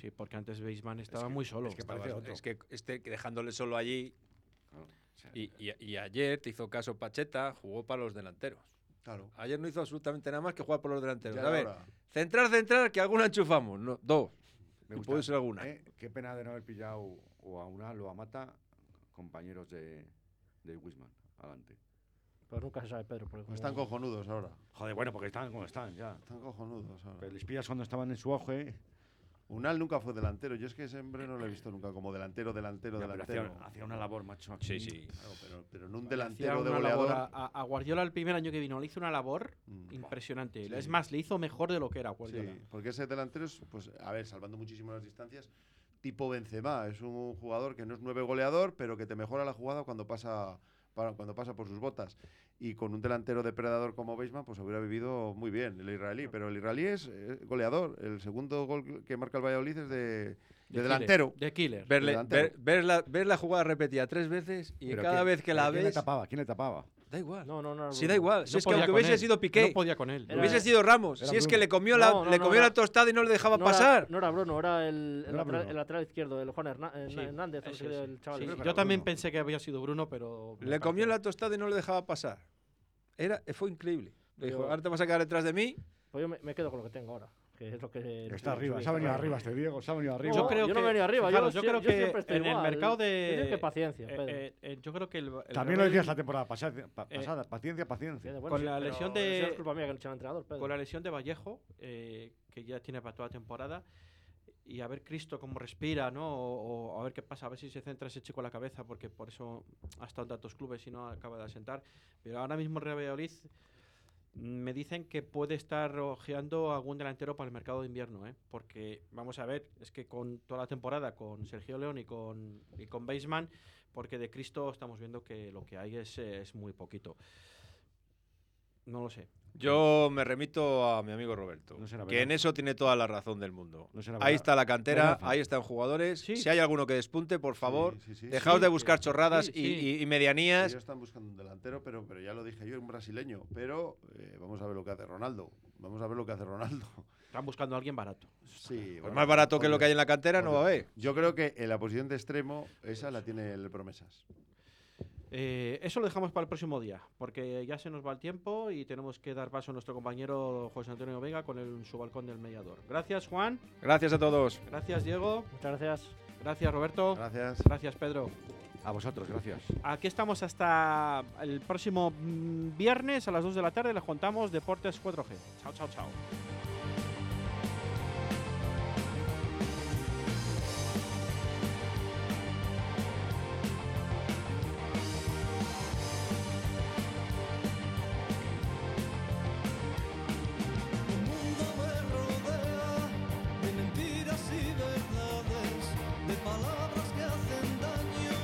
Speaker 3: Sí, porque antes Beisman estaba
Speaker 8: que-
Speaker 3: muy solo.
Speaker 8: Es que,
Speaker 3: Estaba-
Speaker 8: parece- es que este que dejándole solo allí. Y, y- y ayer te hizo caso Pacheta, jugó para los delanteros.
Speaker 9: Claro.
Speaker 8: Ayer no hizo absolutamente nada más que jugar por los delanteros.
Speaker 6: Ya
Speaker 8: a
Speaker 6: era
Speaker 8: ver,
Speaker 6: hora.
Speaker 8: centrar, centrar, que alguna enchufamos. No, dos.
Speaker 6: Me
Speaker 8: Y
Speaker 6: gusta.
Speaker 8: puede ser alguna.
Speaker 6: Eh, Qué pena de no haber pillado o a Unal o a Mata, compañeros de, de Wisman, adelante.
Speaker 5: Pero nunca se sabe, Pedro. Porque
Speaker 6: Están
Speaker 5: como-
Speaker 9: cojonudos ahora.
Speaker 6: Joder, bueno, porque están como están ya.
Speaker 9: Están cojonudos ahora.
Speaker 6: Pero les pillas cuando estaban en su auge.
Speaker 9: Unal nunca fue delantero. Yo es que ese hombre no lo he visto nunca como delantero, delantero,
Speaker 6: Ya, pero hacía-
Speaker 9: delantero.
Speaker 6: hacía una labor, macho, aquí.
Speaker 8: Sí, sí.
Speaker 9: Claro, pero, pero no un
Speaker 3: Hacía
Speaker 9: delantero de
Speaker 3: una labor
Speaker 9: goleador.
Speaker 3: A, a- a Guardiola el primer año que vino le hizo una labor impresionante.
Speaker 9: Sí.
Speaker 3: Es más, le hizo mejor de lo que era Guardiola.
Speaker 9: Sí, porque ese delantero es, pues, a ver, salvando muchísimo las distancias, tipo Benzema. Es un jugador que no es nueve goleador, pero que te mejora la jugada cuando pasa, para- cuando pasa por sus botas. Y con un delantero depredador como Beisman, pues hubiera vivido muy bien el israelí. Pero el israelí es eh, goleador. El segundo gol que marca el Valladolid es de, de
Speaker 8: killer,
Speaker 9: delantero.
Speaker 3: de killer.
Speaker 8: Verle-
Speaker 9: delantero.
Speaker 8: ver, ver la, ver la jugada repetida tres veces y
Speaker 6: Pero
Speaker 8: cada
Speaker 6: ¿quién-
Speaker 8: vez que
Speaker 6: pero
Speaker 8: la
Speaker 6: ¿Quién le
Speaker 8: ves.
Speaker 6: tapaba? ¿Quién le tapaba?
Speaker 8: Da igual.
Speaker 5: No, no, no.
Speaker 8: Si da igual, si es que aunque hubiese sido Piqué,
Speaker 3: No podía con él.
Speaker 8: Era- hubiese sido Ramos, si es que le comió la- le comió la tostada y no le dejaba
Speaker 5: No
Speaker 8: pasar.
Speaker 5: Era, no era Bruno, era el, el
Speaker 8: No era
Speaker 5: lateral,
Speaker 8: Bruno.
Speaker 5: el lateral izquierdo, el Juan Herna- eh,
Speaker 3: Sí,
Speaker 5: Hernández, no
Speaker 3: ese,
Speaker 5: sé qué,
Speaker 3: ese.
Speaker 5: el chaval. este.
Speaker 3: Sí,
Speaker 5: ese.
Speaker 3: Yo también pensé que había sido Bruno, pero. me
Speaker 8: Le
Speaker 3: parece-
Speaker 8: comió la tostada y no le dejaba pasar. Era, fue increíble. Le dijo,
Speaker 5: Yo-
Speaker 8: ahora te vas a quedar detrás de mí.
Speaker 5: Pues yo me, me quedo con lo que tengo ahora. Que es lo que
Speaker 8: Está
Speaker 6: Arriba, se ha venido arriba este Diego, se ha venido arriba.
Speaker 5: Yo No, creo yo no que- he venido arriba,
Speaker 3: Fijaros,
Speaker 5: yo
Speaker 3: yo,
Speaker 5: sie-
Speaker 3: creo
Speaker 5: yo
Speaker 3: que
Speaker 5: siempre estoy
Speaker 3: en el
Speaker 5: igual.
Speaker 3: mercado de.
Speaker 5: Yo digo que paciencia,
Speaker 3: eh,
Speaker 5: Pedro.
Speaker 3: eh, eh, yo creo que el. el
Speaker 6: También lo decías
Speaker 3: Real-
Speaker 6: la temporada pasada, pa-
Speaker 3: eh,
Speaker 6: pasada, paciencia, paciencia.
Speaker 5: Bueno,
Speaker 3: con
Speaker 5: sí,
Speaker 3: la
Speaker 5: pero
Speaker 3: lesión
Speaker 5: eso
Speaker 3: de
Speaker 5: es culpa mía que no echaron entrenador, Pedro.
Speaker 3: con la lesión de Vallejo eh, que ya tiene para toda la temporada y a ver Cristo cómo respira no o, o a ver qué pasa a ver si se centra ese chico a la cabeza porque por eso ha estado en tantos clubes y no acaba de asentar pero ahora mismo el Real Valladolid mm, me dicen que puede estar ojeando algún delantero para el mercado de invierno, ¿eh? porque vamos a ver, es que con toda la temporada, con Sergio León y con, y con Beisman, porque de Cristo estamos viendo que lo que hay es, eh, es muy poquito. No lo sé.
Speaker 8: Yo me remito a mi amigo Roberto,
Speaker 3: No será
Speaker 8: que en
Speaker 3: verdad.
Speaker 8: eso tiene toda la razón del mundo.
Speaker 3: No será
Speaker 8: ahí
Speaker 3: verdad.
Speaker 8: está la
Speaker 3: Ben
Speaker 8: cantera,
Speaker 3: Affleck.
Speaker 8: ahí están jugadores. Si hay alguno que despunte, por favor, dejaos
Speaker 9: Sí,
Speaker 8: de buscar
Speaker 9: que-
Speaker 8: chorradas
Speaker 9: sí,
Speaker 8: y-
Speaker 9: sí.
Speaker 8: Y, y medianías.
Speaker 9: Ellos están buscando un delantero, pero, pero ya lo dije yo, un brasileño. Pero eh, vamos a ver lo que hace Ronaldo. Vamos a ver lo que hace Ronaldo.
Speaker 3: Están buscando a alguien barato.
Speaker 9: Sí,
Speaker 8: Pues más barato que lo que hay en la cantera no va a haber.
Speaker 9: Yo creo que en la posición de extremo, esa la tiene el Promesas.
Speaker 3: Eh, eso lo dejamos para el próximo día, porque ya se nos va el tiempo y tenemos que dar paso a nuestro compañero José Antonio Vega con el, su balcón del mediador. Gracias, Juan.
Speaker 8: Gracias a todos.
Speaker 3: Gracias, Diego.
Speaker 5: Muchas gracias.
Speaker 3: Gracias, Roberto.
Speaker 9: Gracias.
Speaker 3: Gracias, Pedro.
Speaker 6: A vosotros, gracias.
Speaker 3: Aquí estamos hasta el próximo mm, viernes a las 2 de la tarde. Les contamos Deportes 4G. Chao, chao, chao.
Speaker 15: El mundo me rodea de mentiras y verdades, de palabras que hacen daño,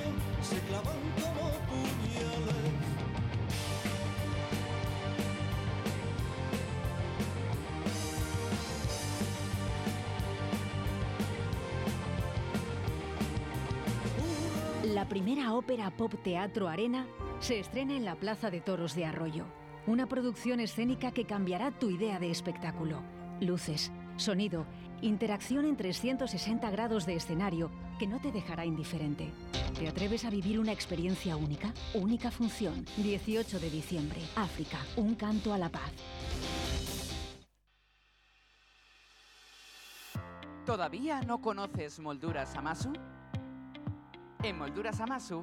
Speaker 15: se clavan como puñales.
Speaker 1: la primera ópera pop teatro arena se estrena en la Plaza de Toros de Arroyo. Una producción escénica que cambiará tu idea de espectáculo. Luces, sonido, interacción en 360 grados de escenario que no te dejará indiferente. ¿Te atreves a vivir una experiencia única? Única función. 18 de diciembre. África. Un canto a la paz.
Speaker 16: ¿Todavía no conoces Molduras Amasu? En Molduras Amasu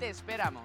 Speaker 16: Te esperamos.